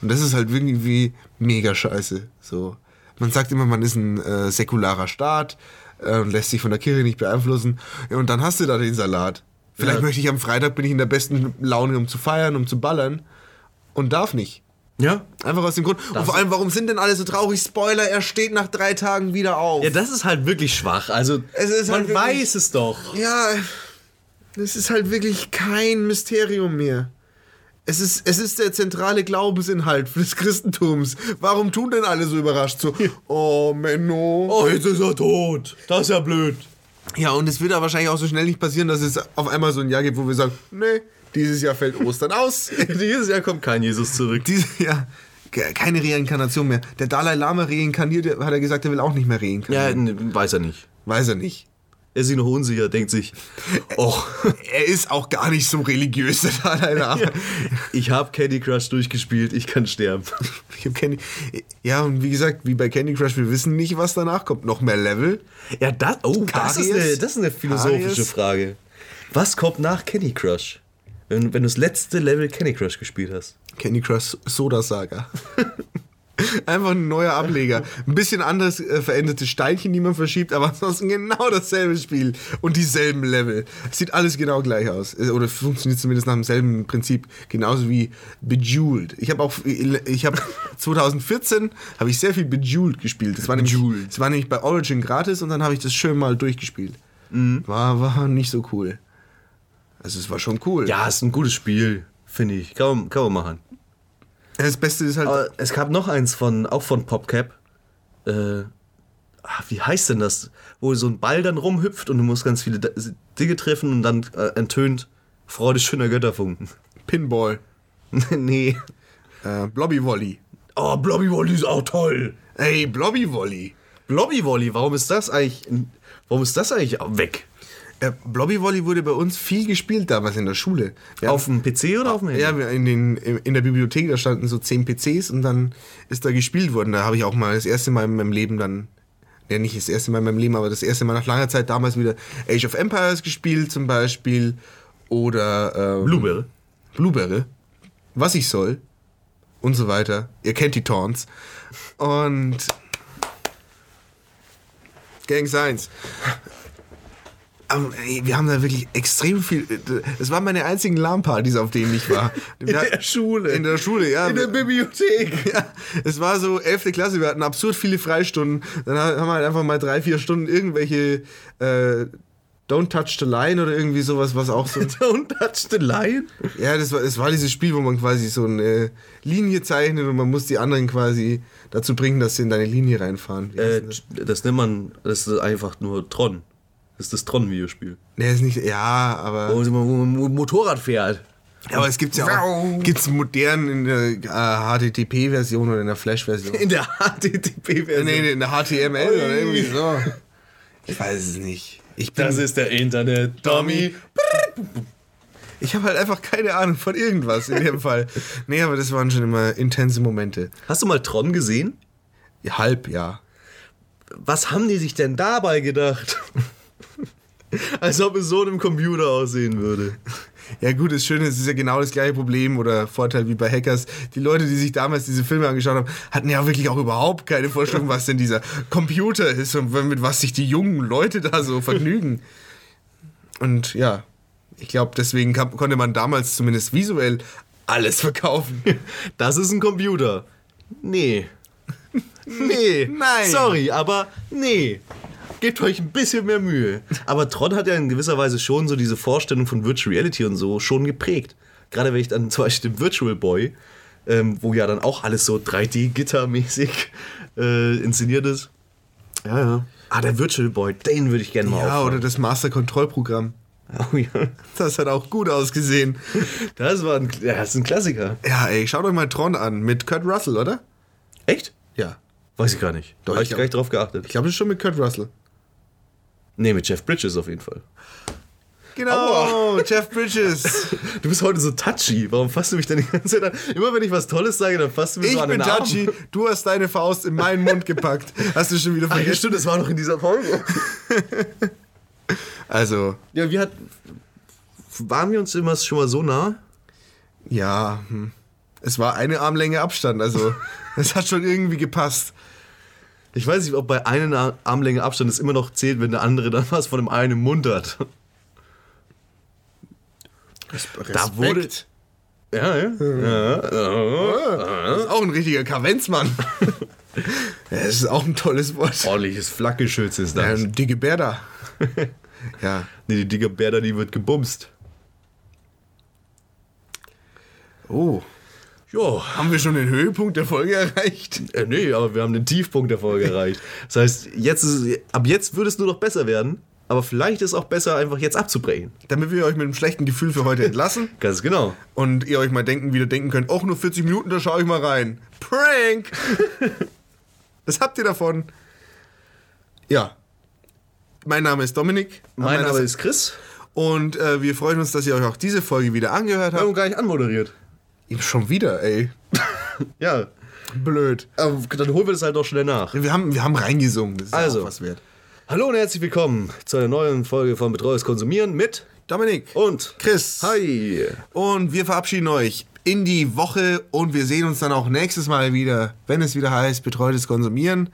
Speaker 2: Und das ist halt irgendwie mega scheiße. So. Man sagt immer, man ist ein äh, säkularer Staat äh, und lässt sich von der Kirche nicht beeinflussen. Ja, und dann hast du da den Salat. Vielleicht
Speaker 1: Ja.
Speaker 2: möchte ich am Freitag, bin ich in der besten Laune, um zu feiern, um zu ballern. Und darf nicht.
Speaker 1: Ja?
Speaker 2: Einfach aus dem Grund. und vor allem, warum sind denn alle so traurig? Spoiler, er steht nach drei Tagen wieder auf.
Speaker 1: Ja, das ist halt wirklich schwach. Also,
Speaker 2: Es ist
Speaker 1: man
Speaker 2: halt wirklich-
Speaker 1: weiß es doch.
Speaker 2: Ja, es ist halt wirklich kein Mysterium mehr. Es ist, es ist der zentrale Glaubensinhalt des Christentums. Warum tun denn alle so überrascht so, oh Menno.
Speaker 1: Oh, jetzt ist er tot. Das ist ja blöd.
Speaker 2: Ja, und es wird ja wahrscheinlich auch so schnell nicht passieren, dass es auf einmal so ein Jahr gibt, wo wir sagen, nee, dieses Jahr fällt Ostern aus.
Speaker 1: Dieses Jahr kommt kein Jesus zurück.
Speaker 2: Diese, ja, ke- keine Reinkarnation mehr. Der Dalai Lama reinkarniert, hat er gesagt, er will auch nicht mehr
Speaker 1: Ja,
Speaker 2: reinkarnieren.
Speaker 1: ne, weiß er nicht.
Speaker 2: Weiß er nicht.
Speaker 1: Er ist sich noch unsicher, denkt sich, oh,
Speaker 2: Er ist auch gar nicht so religiös, der Dalai Lama.
Speaker 1: ich habe Candy Crush durchgespielt, ich kann sterben.
Speaker 2: Ich hab Candy. Ja, und wie gesagt, wie bei Candy Crush, wir wissen nicht, was danach kommt. Noch mehr Level?
Speaker 1: Ja, das, oh, das, ist
Speaker 2: Karies?
Speaker 1: eine, das ist eine philosophische
Speaker 2: Karies?
Speaker 1: Frage. Was kommt nach Candy Crush? Wenn, wenn du das letzte Level Candy Crush gespielt hast.
Speaker 2: Candy Crush Soda Saga. Einfach ein neuer Ableger. Ein bisschen anders äh, veränderte Steinchen, die man verschiebt, aber ansonsten genau dasselbe Spiel und dieselben Level. Sieht alles genau gleich aus. Äh, Oder funktioniert zumindest nach demselben Prinzip. Genauso wie Bejeweled. Ich habe auch, äh, ich habe 2014 habe ich sehr viel Bejeweled gespielt. Das war, nämlich,
Speaker 1: Bejeweled.
Speaker 2: das war nämlich bei Origin gratis und dann habe ich das schön mal durchgespielt.
Speaker 1: Mhm.
Speaker 2: War, war nicht so cool. Also es war schon cool.
Speaker 1: Ja, ist ein gutes Spiel, finde ich. Kann man, kann man machen.
Speaker 2: Das Beste ist halt,
Speaker 1: Aber es gab noch eins von, auch von PopCap. Äh, ah, wie heißt denn das? Wo so ein Ball dann rumhüpft und du musst ganz viele D- Dinge treffen und dann äh, enttönt Freude schöner Götterfunken.
Speaker 2: Pinball.
Speaker 1: nee.
Speaker 2: Äh, Blobby Volley.
Speaker 1: Oh, Blobby Wally ist auch toll.
Speaker 2: Ey, Blobby Volley.
Speaker 1: Blobby Wally, warum ist das eigentlich, warum ist das eigentlich weg?
Speaker 2: Äh, Blobby Volley wurde bei uns viel gespielt damals in der Schule. Wir
Speaker 1: Auf dem PC oder auf dem Handy?
Speaker 2: ja, wir in, den, in der Bibliothek, da standen so zehn PCs und dann ist da gespielt worden. Da habe ich auch mal das erste Mal in meinem Leben dann, ja nicht das erste Mal in meinem Leben, aber das erste Mal nach langer Zeit damals wieder Age of Empires gespielt zum Beispiel oder ähm,
Speaker 1: Blueberry.
Speaker 2: Blueberry, was ich soll und so weiter. Ihr kennt die Taunts. Und Gangs 1. Aber, ey, wir haben da wirklich extrem viel. Es waren meine einzigen LAN-Partys, auf denen ich war. In
Speaker 1: Schule.
Speaker 2: In der Schule, ja.
Speaker 1: Bibliothek.
Speaker 2: Ja, es war so 11. Klasse, wir hatten absurd viele Freistunden. Dann ha- haben wir halt einfach mal drei, vier Stunden irgendwelche äh, Don't Touch the Line oder irgendwie sowas, was auch so.
Speaker 1: Don't touch the lion.
Speaker 2: Ja, das war, das war dieses Spiel, wo man quasi so eine Linie zeichnet und man muss die anderen quasi dazu bringen, dass sie in deine Linie reinfahren. Wie heißt
Speaker 1: Äh,
Speaker 2: denn das?
Speaker 1: das nennt man, das ist einfach nur Tron. Das ist das Tron-Videospiel.
Speaker 2: Nee, ist nicht. Ja, aber.
Speaker 1: Wo man wo man mit dem Motorrad fährt.
Speaker 2: Aber es gibt's ja auch.
Speaker 1: Wow.
Speaker 2: Gibt's modern in der äh, HTTP-Version oder in der Flash-Version?
Speaker 1: In der HTTP-Version.
Speaker 2: Nee, nee, in der HTML oder irgendwie so. Ich weiß es nicht. Ich bin.
Speaker 1: Das ist der Internet-Dummy.
Speaker 2: Ich habe halt einfach keine Ahnung von irgendwas in dem Fall. Nee, aber das waren schon immer intense Momente.
Speaker 1: Hast du mal Tron gesehen?
Speaker 2: Ja, Halb, ja.
Speaker 1: Was haben die sich denn dabei gedacht? Als ob es so einem Computer aussehen würde.
Speaker 2: Ja gut, das Schöne ist, es ist ja genau das gleiche Problem oder Vorteil wie bei Hackers. Die Leute, die sich damals diese Filme angeschaut haben, hatten ja wirklich auch überhaupt keine Vorstellung, was denn dieser Computer ist und mit was sich die jungen Leute da so vergnügen. Und ja, ich glaube, deswegen kam, konnte man damals zumindest visuell alles verkaufen.
Speaker 1: Das ist ein Computer. Nee. Nee.
Speaker 2: Nein.
Speaker 1: Sorry, aber nee. Gebt euch ein bisschen mehr Mühe. Aber Tron hat ja in gewisser Weise schon so diese Vorstellung von Virtual Reality und so schon geprägt. Gerade wenn ich dann zum Beispiel den Virtual Boy, ähm, wo ja dann auch alles so 3D-Gittermäßig äh, inszeniert ist. Ja, ja. Ah, der Virtual Boy, den würde ich gerne mal
Speaker 2: Ja,
Speaker 1: aufmachen.
Speaker 2: oder das Master-Control-Programm.
Speaker 1: Oh ja.
Speaker 2: Das hat auch gut ausgesehen.
Speaker 1: Das war ein, ja, das ist ein Klassiker.
Speaker 2: Ja, ey, schaut euch mal Tron an mit Kurt Russell, oder?
Speaker 1: Echt?
Speaker 2: Ja.
Speaker 1: Weiß ich gar nicht. Da
Speaker 2: Doch,
Speaker 1: habe
Speaker 2: ich
Speaker 1: ich
Speaker 2: glaub-
Speaker 1: gar nicht drauf geachtet.
Speaker 2: Ich glaube, das ist schon mit Kurt Russell.
Speaker 1: Nee, mit Jeff Bridges auf jeden Fall.
Speaker 2: Genau, Jeff Bridges.
Speaker 1: Du bist heute so touchy. Warum fasst du mich denn die ganze Zeit an? Immer wenn ich was Tolles sage, dann fasst du mich so
Speaker 2: Ich
Speaker 1: an
Speaker 2: bin
Speaker 1: den Arm.
Speaker 2: Tachi, du hast deine Faust in meinen Mund gepackt. Hast du schon wieder
Speaker 1: Ach Ah, ja,
Speaker 2: vergessen?
Speaker 1: stimmt, das war noch in dieser Folge.
Speaker 2: Also,
Speaker 1: Ja, wir hat, waren wir uns immer schon mal so nah?
Speaker 2: ja, hm. es war eine Armlänge Abstand, also es hat schon irgendwie gepasst.
Speaker 1: Ich weiß nicht, ob bei einer Armlänge Abstand es immer noch zählt, wenn der andere dann was von dem einen im Mund hat.
Speaker 2: Respekt.
Speaker 1: Da wurde- Ja, ja.
Speaker 2: Das ist auch ein richtiger Kavenzmann. ja, das ist auch ein tolles Wort.
Speaker 1: Ordentliches Flakgeschütz ist
Speaker 2: Ja,
Speaker 1: Oh, das.
Speaker 2: eine dicke Berda. ja.
Speaker 1: Nee, die dicke Berda, die wird gebumst.
Speaker 2: Oh.
Speaker 1: Ja,
Speaker 2: Haben wir schon den Höhepunkt der Folge erreicht?
Speaker 1: äh, nee, aber wir haben den Tiefpunkt der Folge erreicht. Das heißt, jetzt ist, es- ab jetzt würde es nur noch besser werden, aber vielleicht ist es auch besser, einfach jetzt abzubrechen.
Speaker 2: Damit wir euch mit einem schlechten Gefühl für heute entlassen
Speaker 1: Ganz genau.
Speaker 2: und ihr euch mal denken, wieder denken könnt, auch nur 40 Minuten, da schaue ich mal rein. Prank! Was habt ihr davon? Ja. Mein Name ist Dominik.
Speaker 1: Mein
Speaker 2: Name
Speaker 1: Name ist Chris.
Speaker 2: Und äh, wir freuen uns, dass ihr euch auch diese Folge wieder angehört
Speaker 1: Wir
Speaker 2: habt.
Speaker 1: haben gar nicht anmoderiert.
Speaker 2: Eben schon wieder, ey.
Speaker 1: Ja,
Speaker 2: Blöd.
Speaker 1: aber dann holen wir das halt doch schnell nach.
Speaker 2: Wir haben, wir haben reingesungen. Das ist
Speaker 1: Also.
Speaker 2: auch was wert.
Speaker 1: Hallo und herzlich willkommen zu einer neuen Folge von Betreues Konsumieren mit
Speaker 2: Dominik.
Speaker 1: und
Speaker 2: Chris.
Speaker 1: Hi.
Speaker 2: Und wir verabschieden euch in die Woche und wir sehen uns dann auch nächstes Mal wieder, wenn es wieder heißt, betreutes Konsumieren.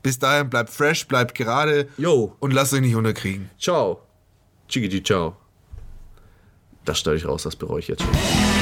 Speaker 2: Bis dahin bleibt fresh, bleibt gerade
Speaker 1: Yo.
Speaker 2: und lasst euch nicht unterkriegen.
Speaker 1: Ciao. Chigiti, ciao. Das stelle ich raus, das bereue ich jetzt schon.